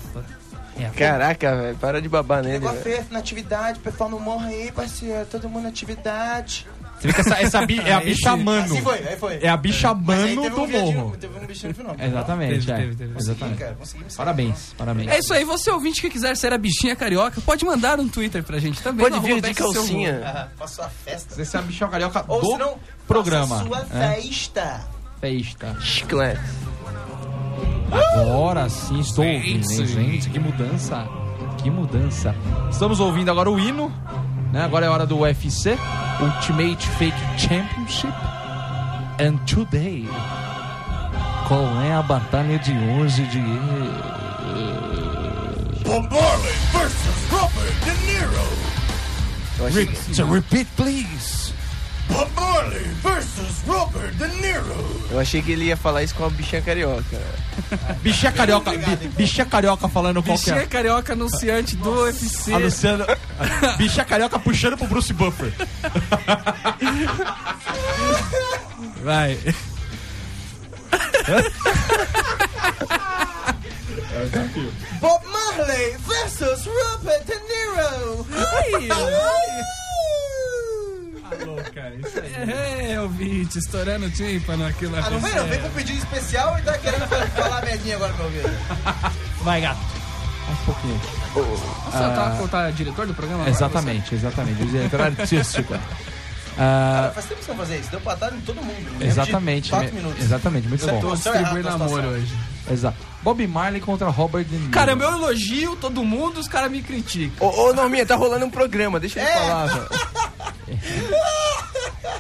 Essa.
Caraca, velho. É, Para de babar nele,
Negócio
velho.
feio, na atividade, pessoal não morre aí, parceiro. Todo mundo na atividade.
Você vê que essa, essa bi- é a bicha mano.
Assim foi, aí foi.
É a bicha
Mas aí
mano
teve
do
um viadinho-
morro.
Teve um bichinho no final. não?
Exatamente.
Teve,
é.
teve, teve.
Consegui,
Exatamente.
cara, consegui me sair.
Parabéns, parabéns.
É isso aí, você ouvinte que quiser ser a bichinha carioca, pode mandar um Twitter pra gente também.
Pode
no
vir
arroba
de
Beck
calcinha.
Ah, Faço a festa.
Esse é a bicha carioca
Ou
do
se não,
programa.
faça a sua
É.
festa.
Festa.
Chiclete.
Agora sim estou
É
ouvindo, hein,
Gente.
gente? Que mudança. Que mudança. Estamos ouvindo agora o hino. Né? Agora é hora do UFC. Ultimate Fake Championship. And today. Qual é a batalha de hoje, de
Eu achei que-
So repeat, please.
Eu achei que ele ia falar isso com a bichinha carioca.
Bicha carioca. bi- Bicha carioca falando qual que é.
Bichinha carioca anunciante do UFC.
Anunciando. Bicha carioca puxando pro Bruce Buffer.
Vai.
Bob Marley versus Robert De Niro. Ah,
É, ouvinte, estourando o tímpano aqui na
Ah, não vem, não. Vem com um pedido especial e tá querendo fa- falar merdinha agora, meu ouvido.
Vai, gato. Um pouquinho. Nossa, tá, tá diretor do programa? agora,
Exatamente, exatamente. O diretor artístico.
Cara, faz tempo que você não fazia isso. Deu patada em todo mundo. Lembro de
Exatamente.
Quatro minutos.
Exatamente, muito
Certo.
bom.
Então,
Você
é,
distribui namoro hoje.
Exato. Bob Marley contra Robert De Niro.
Cara, eu elogio todo mundo, os caras me criticam.
Ô, ô, Norminha, tá rolando um programa, deixa ele falar, velho.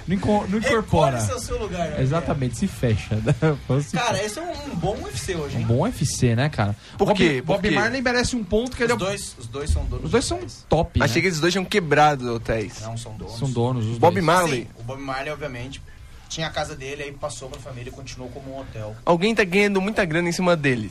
não, inco- não incorpora.
Esse é o seu lugar. né?
Exatamente, se fecha. né? Vamos se-
Cara, esse é um, um bom UFC hoje, hein?
Bom UFC, né, cara?
Por
Bob,
quê? Por
Bob
quê?
Marley merece um ponto que ele é...
Os dois, os dois são donos.
Os dois são
dos hotéis.
top,
Achei que
né?
esses dois tinham quebrado hotéis.
Não, são donos.
São donos, os
Bob
dois.
Marley.
Sim, o Bob Marley, obviamente, tinha a casa dele, aí passou pra família e continuou como um hotel.
Alguém tá ganhando muita grana em cima dele.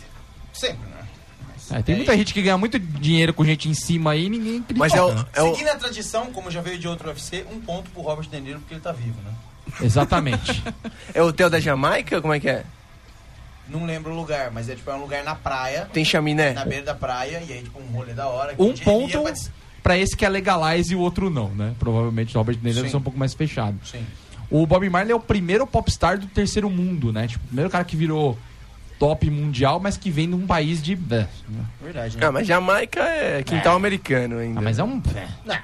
Sempre, né? Mas-
É, tem
é
muita
isso.
gente que ganha muito dinheiro com gente em cima aí e ninguém critica.
Mas é o, é o,
Seguindo a tradição, como já veio de outro UFC, um ponto pro Robert De Niro, porque ele tá vivo, né?
Exatamente.
é o hotel da Jamaica? Como é que é?
Não lembro o lugar, mas é tipo, é um lugar na praia,
Tem chaminé?
na beira da praia, e aí tipo um rolê da hora. que
um
de-
ponto
ia pra des-
pra esse que é legalize e o outro não, né? Provavelmente o Robert De Niro deve
Sim.
ser um pouco mais fechado.
Sim.
O Bob Marley é o primeiro popstar do terceiro mundo, né? Tipo, o primeiro cara que virou top mundial, mas que vem de um país de. É,
Verdade, né?
Ah, mas Jamaica é quintal americano ainda.
Ah, mas é um. é,
Não, um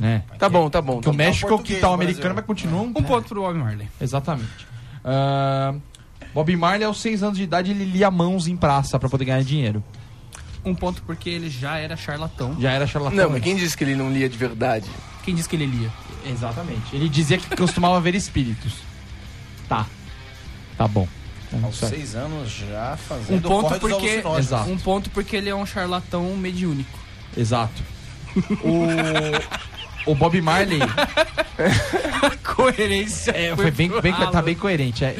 Né?
Tá bom, tá bom.
Porque o
Tá bom.
México é o
português,
quintal
Brasil.
americano, mas continua um.
Um ponto pro Bob Marley.
Exatamente. Ah, Bob Marley, aos seis anos de idade, ele lia mãos em praça pra poder ganhar dinheiro.
Um ponto porque ele já era charlatão.
Já era charlatão. né?
Não, mas
antes.
quem disse que ele não lia de verdade?
Quem disse que ele lia?
Exatamente. Ele dizia que costumava ver espíritos. Tá. Tá bom. É
aos
isso aí.
seis anos já fazendo
Um ponto
É corre dos
porque.
alucinógenos.
Exato.
Um ponto porque ele é um charlatão mediúnico.
Exato. O, o Bob Marley
Coerência é.
foi bem, bem, tá bem coerente. É,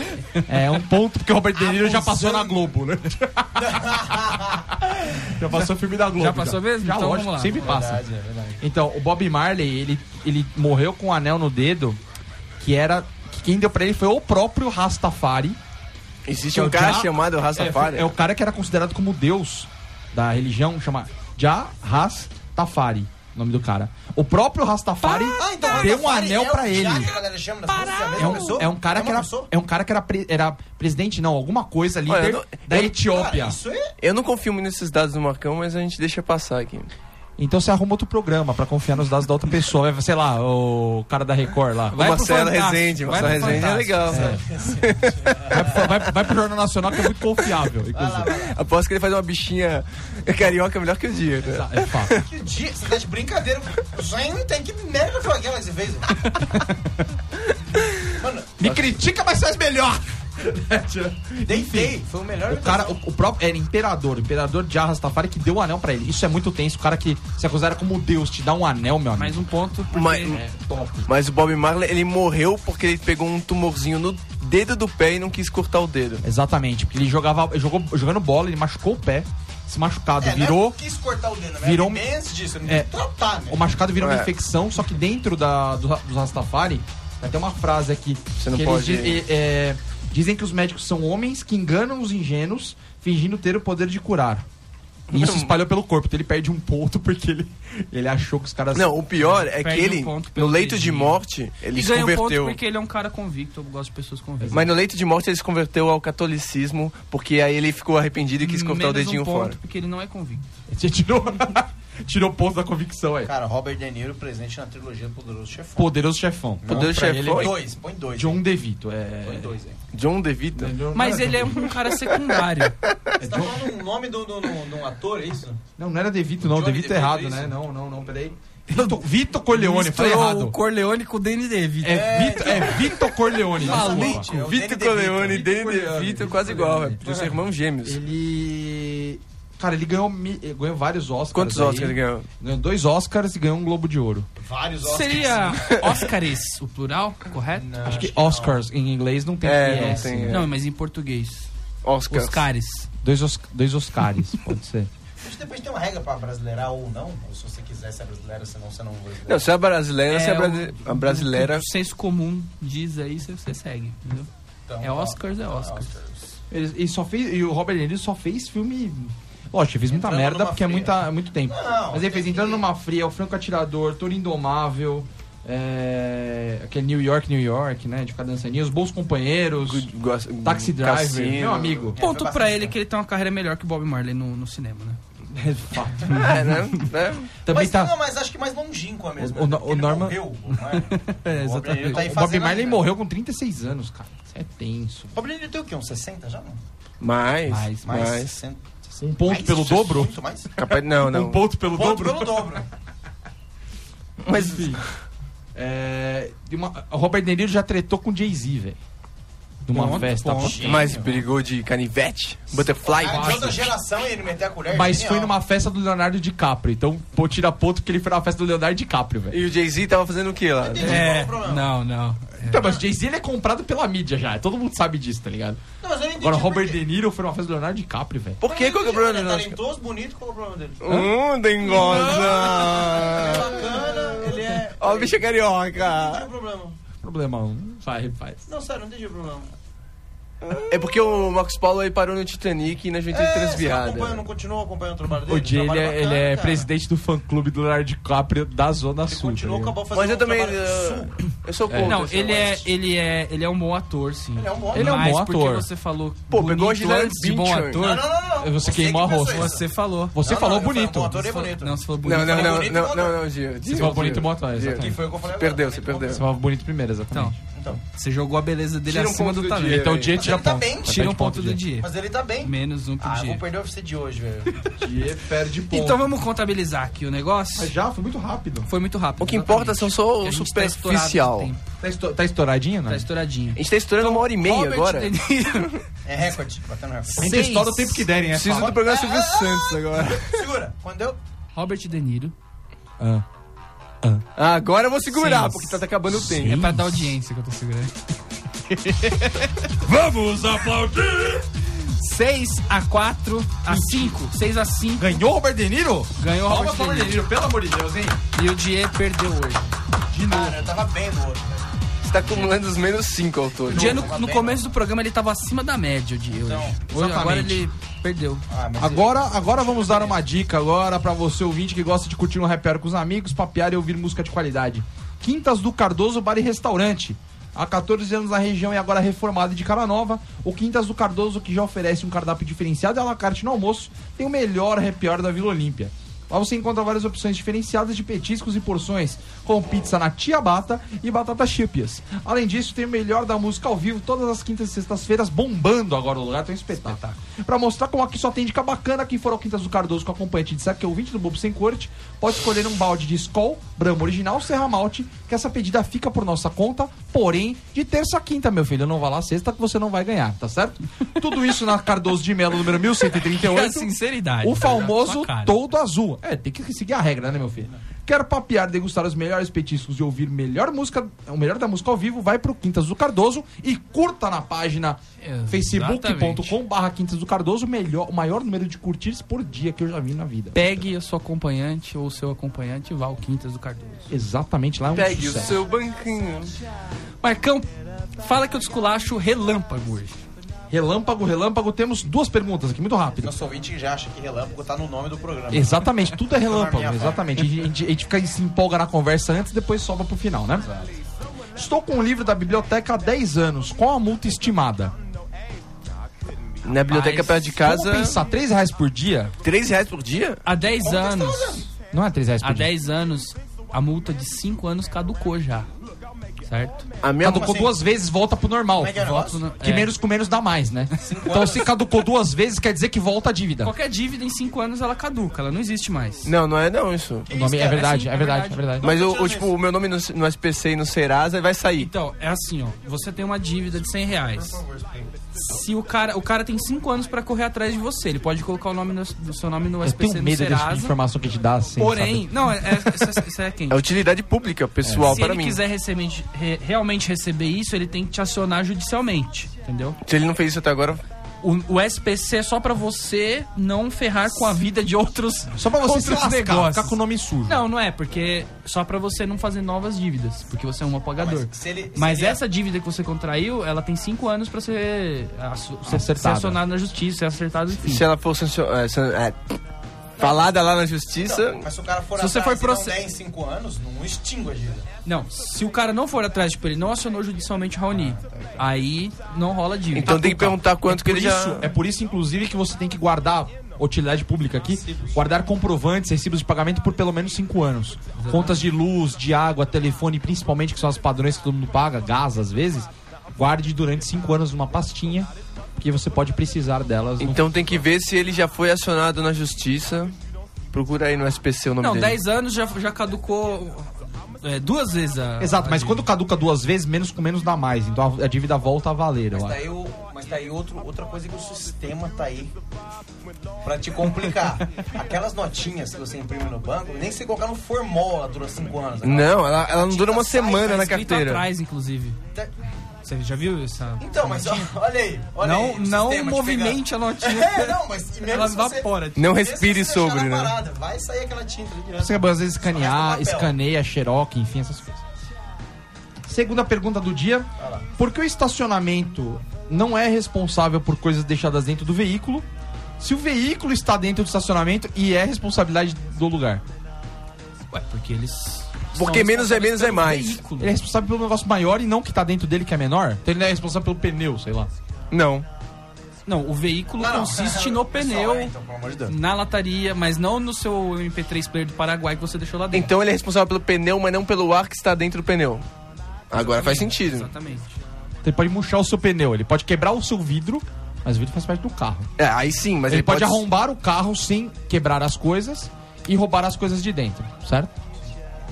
é um ponto porque o Robert De Niro já passou na Globo, né? já passou o filme da Globo.
Já passou mesmo?
Já,
Então
lógico,
vamos lá.
sempre passa.
Verdade, é verdade.
Então, o Bob Marley, ele, ele morreu com um anel no dedo que era... que Quem deu pra ele foi o próprio Rastafari.
Existe
Que é
um
o
cara
Ja-
chamado
É,
Rastafari.
foi- é o cara que era considerado como deus da religião, chama Jarastafari. o nome do cara. O próprio Rastafari
Ah, então,
deu um
Rastafari
anel
é o
pra ele.
Já que a galera chama das coisas, é a
É
mesma
um,
pessoa?
é um cara
É
que
uma
era
pessoa?
é um cara que era, pre- era presidente não alguma coisa líder
Olha, eu não-
da
eu-
Etiópia.
Cara, isso é...
Eu não confio muito nesses dados do Marcão, mas a gente deixa passar aqui.
Então você arruma outro programa pra confiar nos dados da outra pessoa, Vai, sei lá, o cara da Record lá.
Vai
o
pro
Marcelo
Fantástico,
Rezende, o
vai pro
Marcelo Rezende é
Fantástico.
legal.
Vai, pro- vai, vai pro Jornal Nacional que é muito confiável, inclusive.
É.
Aposto que ele faz uma bichinha carioca melhor que o dia. né?
É fato.
Que dia, você tá de brincadeira. Gente, tem que merda foi aquela que você fez.
Me critica, mas faz melhor.
Deitei, foi o melhor.
O cara, o, o próprio era imperador, o imperador de Arrastafari que deu o anel pra ele. Isso é muito tenso. O cara que se acusara como deus te dá um anel, meu amigo.
Mais um ponto, porque...
Mas,
É top.
mas o Bob Marley, ele morreu porque ele pegou um tumorzinho no dedo do pé e não quis cortar o dedo.
Exatamente, porque ele jogava, ele jogou jogando bola, ele machucou o pé, se
É,
É,
machucado,
né?
virou.
quis cortar o dedo, né?
virou-
É antes disso, não
É.
é. tratar, né?
O machucado virou uma
É.
infecção, só que dentro da, do, dos Rastafari, vai ter uma frase aqui.
Você não
que
pode-
Eles, di- é, é, dizem que os médicos são homens que enganam os ingênuos, fingindo ter o poder de curar. E isso espalhou pelo corpo, então ele perde um ponto porque ele, ele achou que os caras.
Não, o pior é que
Perde um
ele,
ponto pelo
no leito de
dedinho.
morte, ele
E
se
ganha um ponto
converteu.
porque ele é um cara convicto. Eu gosto de pessoas convictas.
Mas no leito de morte ele se converteu ao catolicismo, porque aí ele ficou arrependido e quis cortar o
Menos
dedinho
um ponto
fora.
porque ele não é convicto.
Você tirou, tirou o ponto da convicção aí.
Cara, Robert De Niro presente na trilogia do Poderoso Chefão.
Poderoso chefão.
Poderoso
Pra
chefão.
ele, é
Dois, põe dois. hein?
John DeVito. É...
Põe dois, hein?
John DeVito?
Mas ele é um cara secundário.
Você tá falando o nome de do, do, do, de um ator, é isso?
Não, não era Devito, não.
Johnny
Devito é
DeVito,
errado,
é isso?
né? Não, não, não, peraí. Vitor, Vitor Corleone,
Misturou
falei errado.
o Corleone com o Danny DeVito.
É, Vitor, é Vitor Corleone. né?
Falei.
desculpa.
É o Danny
Vitor
DeVito.
Corleone e Danny
Corleone,
DeVito é
Vito
quase igual,
Corleone.
velho. Dos irmãos gêmeos.
Ele. Cara, ele ganhou, mi- ele ganhou vários Oscars.
Quantos
aí.
Oscars ele ganhou?
Ganhou dois Oscars e ganhou um Globo de Ouro.
Vários Oscars.
Seria Oscars o plural, correto?
Acho que Oscars em inglês não tem
É,
PS,
não tem,
né?
é.
Não, mas em português.
Oscars.
Oscars.
Dois, Os- dois Oscars, pode ser.
Mas depois tem uma regra pra brasileirar ou não. Ou se você quiser ser brasileira, senão você não vai.
Não, se é brasileira, se é brasi-
o-
a brasileira...
O senso comum diz aí, você- você segue, entendeu?
Então,
É
ó,
Oscars, é Oscars.
Ele, ele só fez, e o Robert De Niro só fez filme. Lógico, ele fez muita
Entrando
merda
numa
porque é,
fria.
muita, é muito tempo.
Não,
Mas ele fez
tem
Entrando
que-
numa Fria, O Franco Atirador, Toro Indomável, é, aquele New York, New York, né? De ficar dançaninha, Os Bons Companheiros,
Good- gosta-
Taxi Driver,
Cassino.
meu amigo.
É,
Ponto
foi
pra
bastante,
ele que ele tem uma carreira melhor que o Bob Marley no, no cinema, né?
É fato.
É, né? É.
Também
mas,
tá.
não, mas acho que mais longínqua mesmo.
O- o-
né?
o
Porque ele
Norman-
Morreu, não é?
É,
Bob
exatamente.
Marley tá aí
o Bob
fazendo
Marley
ainda.
morreu com 36 anos, cara. Isso é tenso.
O Robert De Niro tem o quê? Uns 60 já? Não?
Mais,
Mais,
mais,
Mais 60.
Um ponto
Mais?
pelo
Isso é
dobro?
Muito mais?
Capaz, não, não.
Um ponto pelo
Ponto
dobro?
pelo dobro.
Mas enfim. É, de uma- o Robert De Niro já tretou com Jay-Z, velho. Numa
Ponto,
festa.
ponto.
Mas brigou de canivete, butterfly.
Ah, de outra geração e ele meter a colher.
Mas
genial.
foi numa festa do Leonardo DiCaprio. Então, vou tirar ponto porque ele foi na festa do Leonardo DiCaprio, velho.
E o Jay-Z tava fazendo o que lá?
Entendi, qual é o problema?
Não, não.
Então, mas Jay-Z ele é comprado pela mídia já. Todo mundo sabe disso, tá ligado?
Não, mas é- eu não entendi
Agora,
por
Robert
quê.
De Niro foi numa festa do Leonardo DiCaprio, velho.
Por que? Qual que é
Ele
o
é
problema?
né?
Oscar?
talentoso, bonito, qual é o problema dele? é
Hum,
É.
dengosa!
Bacana, ele é...
Ó, o bicho é
Não
carioca!
tem problema.
Problema um. Vai, faz.
Não, sério, não entendi o problema.
É porque o Marcos Paulo aí parou no Titanic e na Juventude
É, você não acompanha, não
Transviada.
continua acompanhando o trabalho dele?
O Jay, ele
Trabalho
é,
bacana,
ele é
cara.
presidente do fã-clube do Leonardo DiCaprio da Zona
Ele
Sul. tá
continuou,
ligado?
acabou fazendo
Mas eu
um
também.
trabalho
eh,
sul.
Eu sou contra.
Não,
assim,
ele é,
mas-
ele é, ele é um bom ator, sim.
Ele é um bom
Ele é um
Mas
bom
porque
ator.
você falou
Pô, pegou
bonito
a né? Gillian
antes de bom
Binchon.
Não,
ator.
não, não, não.
Você queimou
que
a
pensou
roça.
isso.
Você falou.
Você
Não,
falou
não, eu falei é um
bonito.
bom ator.
Você falou-
bonito.
Não, você falou bonito.
Não, não, não,
bonito,
não,
bom
não, não, Gil.
falou
Gil, Gil.
bonito, bom ator,
Gil.
exatamente.
Que foi o que eu falei agora.
Perdeu, você perdeu.
Você falava bonito primeiro, exatamente.
Então,
Você jogou a beleza dele
Tira um
acima
ponto
do
do
talento.
dia.
Então, o Jay
Mas
tira
ele tá
ponto.
bem.
Vai
Tira um
perder
ponto do dia.
mas ele tá bem.
Menos um pro
Ah, eu
dia.
vou perder o UFC de hoje, velho.
Dia perde ponto.
Então vamos contabilizar aqui o negócio.
Mas já foi muito rápido.
Foi muito rápido.
O que importa
exatamente.
são só
Que a
o
gente tá estourado de
superficial.
tempo,
Tá, esto- tá estouradinho, né?
Tá estouradinho.
A gente tá estourando uma hora e meia
Robert
agora.
De Niro.
É recorde, batendo recorde.
A gente
Seis.
estoura o tempo que derem, é
Preciso
fato.
do programa Silvio Santos agora.
Segura, quando eu...
Robert De Niro.
Ah.
Ah, agora eu vou segurar,
Seis.
porque tá acabando o
É
tempo.
pra dar audiência que eu tô segurando.
Vamos aplaudir!
6 a 4 a 5. 6 a 5.
Ganhou o Robert De Niro?
Ganhou o
Palmas
Robert
pro
De Niro.
pelo amor de Deus, hein?
E o Die perdeu hoje.
Cara, eu tava bem no outro. velho.
gente tá acumulando os menos 5 ao todo.
O dia no, no começo do programa ele tava acima da média, o dia. hoje. Hoje, agora
exatamente.
ele perdeu.
Agora, agora vamos dar uma dica agora para você ouvinte que gosta de curtir um happy hour com os amigos, papear e ouvir música de qualidade. Quintas do Cardoso Bar e Restaurante. Há 14 anos na região e agora reformado e de cara nova, o Quintas do Cardoso, que já oferece um cardápio diferenciado e à la carte no almoço, tem o melhor happy hour da Vila Olímpia. Lá você encontra várias opções diferenciadas de petiscos e porções, com pizza na Tia Bata e batata chipias. Além disso, tem o melhor da música ao vivo todas as quintas e sextas-feiras, bombando agora o lugar, tá um espetáculo. Pra mostrar como aqui só tem dica bacana, quem for ao Quintas do Cardoso com acompanhante de saque ouvinte do Bobo Sem Corte, pode escolher um balde de Skol, Brahma Original, Serra Malte, que essa pedida fica por nossa conta, porém, de terça a quinta, meu filho, não vá lá sexta que você não vai ganhar, tá certo? Tudo isso na Cardoso de Melo, número 1138.
É a sinceridade,
O
tá ligado?
famoso
Sua cara.
todo azul. É, tem que seguir a regra, né, meu filho? Quero papear, degustar os melhores petiscos e ouvir melhor música, o melhor da música ao vivo, vai pro Quintas do Cardoso e curta na página
Exatamente.
facebook.com/barra Quintas do Cardoso o melhor, o maior número de curtidas por dia que eu já vi na vida.
Pegue a sua acompanhante ou o seu acompanhante e vá ao Quintas do Cardoso.
Exatamente lá é um
Pegue o
sucesso.
seu banquinho.
Marcão, fala que eu desculacho relâmpago hoje.
Relâmpago, relâmpago, temos duas perguntas aqui, muito rápido.
Nosso ouvinte já acha que relâmpago tá no nome do programa.
Exatamente, tudo é relâmpago,
minha avó.
exatamente. A gente, a gente fica se empolga na conversa antes, depois sobra pro final, né? Estou com um livro da biblioteca há 10 anos. Qual a multa estimada?
Na biblioteca
Mas
perto de casa,
Vamos pensar, 3 reais por dia?
3 reais por dia?
Há 10 anos,
Não é 3 reais por
há
dia.
10 anos, a multa de 5 anos caducou já. Certo?
A minha
Caducou duas vezes, volta pro normal.
é que é o
Votos no-
Que
é.
menos com menos dá mais, né? Então se caducou duas vezes, quer dizer que volta a dívida.
É, Qualquer dívida em 5 anos ela caduca, ela não existe mais.
Não, não é não isso.
Então
O nome- é, verdade, é verdade, é verdade.
Mas eu, eu, tipo, o meu nome no, no SPC e no Serasa vai sair.
Então, é assim, ó. Você tem uma dívida de 100 reais. Se o cara, o cara tem 5 anos pra correr atrás de você, ele pode colocar o nome no, o seu nome no
Eu
SPC
tenho
no
medo dessa
Serasa.
informação que te dá sem
Porém, não, é, é, isso é- isso é quem?
É utilidade pública, pessoal,
Se
pra
ele
mim.
quiser receber- re- realmente receber isso, ele tem que te acionar judicialmente, entendeu?
Se ele não fez isso até agora,
O, o SPC é só pra você não ferrar com a vida de outros
Só pra você se
outros
lascar,
negócios.
ficar com o nome sujo.
Não, não é, porque só pra você não fazer novas dívidas, porque você é um apagador.
Mas se ele- se
Mas
ele-
essa dívida que você contraiu, ela tem cinco anos pra ser, assu- ser, ser
Acertada.
acionada na justiça, ser acertada, enfim.
se ela for
é,
sancionada... falada lá na justiça...
é assim, Mas se o cara for
Se você
atrás
for
e não
proce-
der em 5 anos, não extingue a dívida.
Não, se o cara não for atrás, tipo, ele não acionou judicialmente Raoni, aí não rola dívida.
Então
Tá
tem que
Caduca.
perguntar quanto que ele
Por isso,
já...
é por isso, inclusive, que você tem que guardar utilidade pública aqui, guardar comprovantes, recibos de pagamento por pelo menos cinco anos. Contas de luz, de água, telefone, principalmente, que são as padrões que todo mundo paga, gás às vezes, guarde durante cinco anos numa pastinha, porque você pode precisar delas. no-
Então tem que ver se ele já foi acionado na justiça. Procura aí no SPC o nome
Não,
dele.
10 anos já, já caducou é, duas vezes a.
Exato,
a
mas
dívida.
quando caduca duas vezes, menos com menos dá mais. Então a, a dívida volta a valer, eu
Mas tá
acho.
aí, o- mas tá aí outro, outra coisa que o sistema tá aí pra te complicar. Aquelas notinhas que você imprime no banco, nem se você colocar no formol, é, ela dura 5 anos.
Não, ela, ela não dura uma semana na
Tá escrito
carteira.
atrás, inclusive.
Tá-
Você já viu essa?
Então, mas ó, olha aí. Olha aí,
não
o
não
sistema te
movimente a
pegando.
notinha.
É, não, mas e mesmo
Ela
se você-
evapora.
Não
mesmo se você
respire
deixar
sobre,
ela
né?
parada, vai sair aquela tinta ali direto.
Você às vezes escanear,
Mas no papel.
escaneia, xerox, enfim, essas coisas. Segunda pergunta do dia: Por que o estacionamento não é responsável por coisas deixadas dentro do veículo? Se o veículo está dentro do estacionamento e é responsabilidade do lugar,
Ué, porque eles.
Porque
são
menos é menos é
responsáveis pelo
mais.
veículo.
ele é responsável pelo negócio maior e não o que está dentro dele que é menor? Então ele não é responsável pelo pneu, sei lá.
Não.
Não, o veículo
Não, não.
consiste no pneu,
Pessoal, é, então, pelo amor de Deus.
na lataria, mas não no seu MP3 player do Paraguai que você deixou lá dentro.
Então ele é responsável pelo pneu, mas não pelo ar que está dentro do pneu. Agora faz sentido.
Exatamente.
Então ele pode murchar o seu pneu, ele pode quebrar o seu vidro, mas o vidro faz parte do carro.
É, aí sim, mas
Ele,
ele,
pode, arrombar o carro sem quebrar as coisas e roubar as coisas de dentro, certo?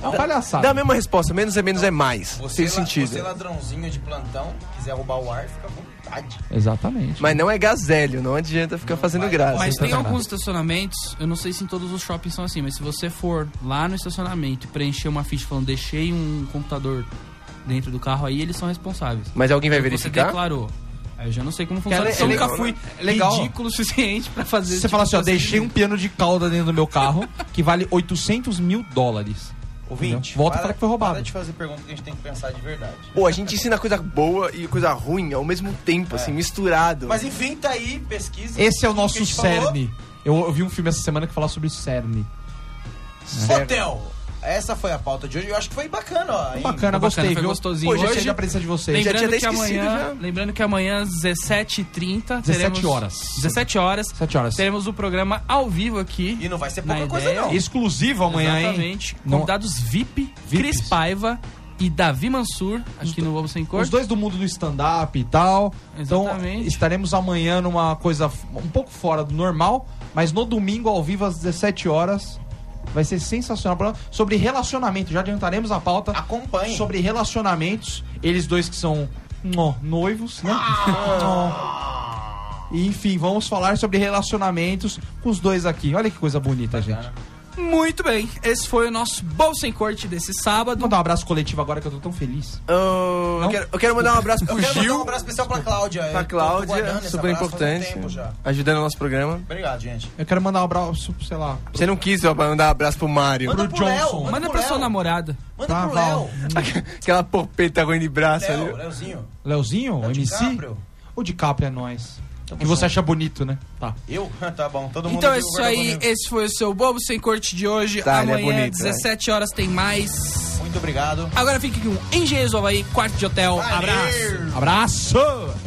É uma palhaçada.
Dá a mesma resposta, menos é menos é mais.
Você,
Tem
la- você
sentido.
ladrãozinho de plantão, quiser roubar o ar, fica à vontade.
Exatamente.
Mas não é gazélio, não adianta ficar fazendo graça.
Sem
Mas
tá
tem
fazer
alguns estacionamentos, eu não sei se em todos os shoppings são assim, mas se você for lá no estacionamento e preencher uma ficha falando deixei um computador dentro do carro aí, eles são responsáveis.
Mas alguém vai
Você
verificar?
declarou. Aí eu já não sei como funciona.
é
isso, eu
legal,
nunca fui
é legal.
ridículo o suficiente pra fazer.
Você
esse
fala
tipo
assim, ó,
de
deixei um
procedimento.
piano de cauda dentro do meu carro que vale 800 mil dólares.
Ouvinte,
Volta a
para-
falar que foi roubado.
Para de fazer pergunta que a gente tem que pensar de verdade.
Pô, a gente ensina coisa boa e coisa ruim ao mesmo tempo, assim, misturado.
Mas enfim, tá aí, pesquisa.
Esse é o
Tudo
nosso
que a gente falou.
cerne. Eu, eu vi um filme essa semana que falava sobre cerne.
Hotel. Essa foi a pauta de hoje. Eu acho que foi bacana, ó. hein?
Tá Bacana, gostei,
foi
viu?
gostosinho.
Pô, já
Hoje-
chega a presença de vocês.
Lembra-
Lembrando
tinha
que,
até esquecido
amanhã,
já.
lembrando que amanhã, às 17h30,
17 horas.
17 horas,
17 horas.
teremos o programa ao vivo aqui.
E não vai ser
Na
pouca coisa,
ideia-
não.
Exclusivo amanhã, hein?
Exatamente.
Não-
Convidados VIP,
VIPs.
Cris Paiva e Davi Mansur, aqui no Vamos Sem Cor.
Os dois do mundo do stand-up e tal. Então,
Exatamente.
estaremos amanhã numa coisa f- um pouco fora do normal, mas no domingo, ao vivo, às 17 horas. Vai ser sensacional. Pra- Sobre relacionamento, já adiantaremos a pauta.
Acompanhe.
Sobre relacionamentos. Eles dois que são nó, noivos, né? Nó. E, Enfim, vamos falar sobre relacionamentos com os dois aqui. Olha que coisa bonita, gente.
Muito bem, esse foi o nosso Bom Sem Corte desse sábado.
Mandar um abraço coletivo agora que eu tô tão feliz.
Ah, eu, quero, eu quero mandar um abraço pro
Eu quero mandar
Gil,
um abraço especial pra Cláudia. Eu
pra
tô
Cláudia,
guardando esse
super
abraço faz um
importante,
tempo já.
ajudando o nosso programa.
Obrigado, gente.
Eu quero mandar um abraço, sei lá,
Você não quis ó, mandar um abraço pro Mário.
Manda
Pro
pro Léo.
Johnson.
Manda
pro
pra sua
Léo.
namorada.
Manda
pra
pro
Val.
Léo.
Aquela porpeta ruim de braço
Léo,
ali.
Léozinho.
Leozinho, o
Léo
MC?
É DiCaprio.
O DiCaprio é nós. E você acha bonito, né? Tá.
Eu? tá bom. Todo mundo
Então é
viu o
isso aí,
guarda-corpo.
esse foi o seu Bobo Sem Corte de hoje.
Tá, ele é
amanhã,
bonito, né?
17 horas, tem mais.
Muito obrigado.
Agora fique com Engenheiros do Havaí, quarto de hotel. Abraço!
Abraço!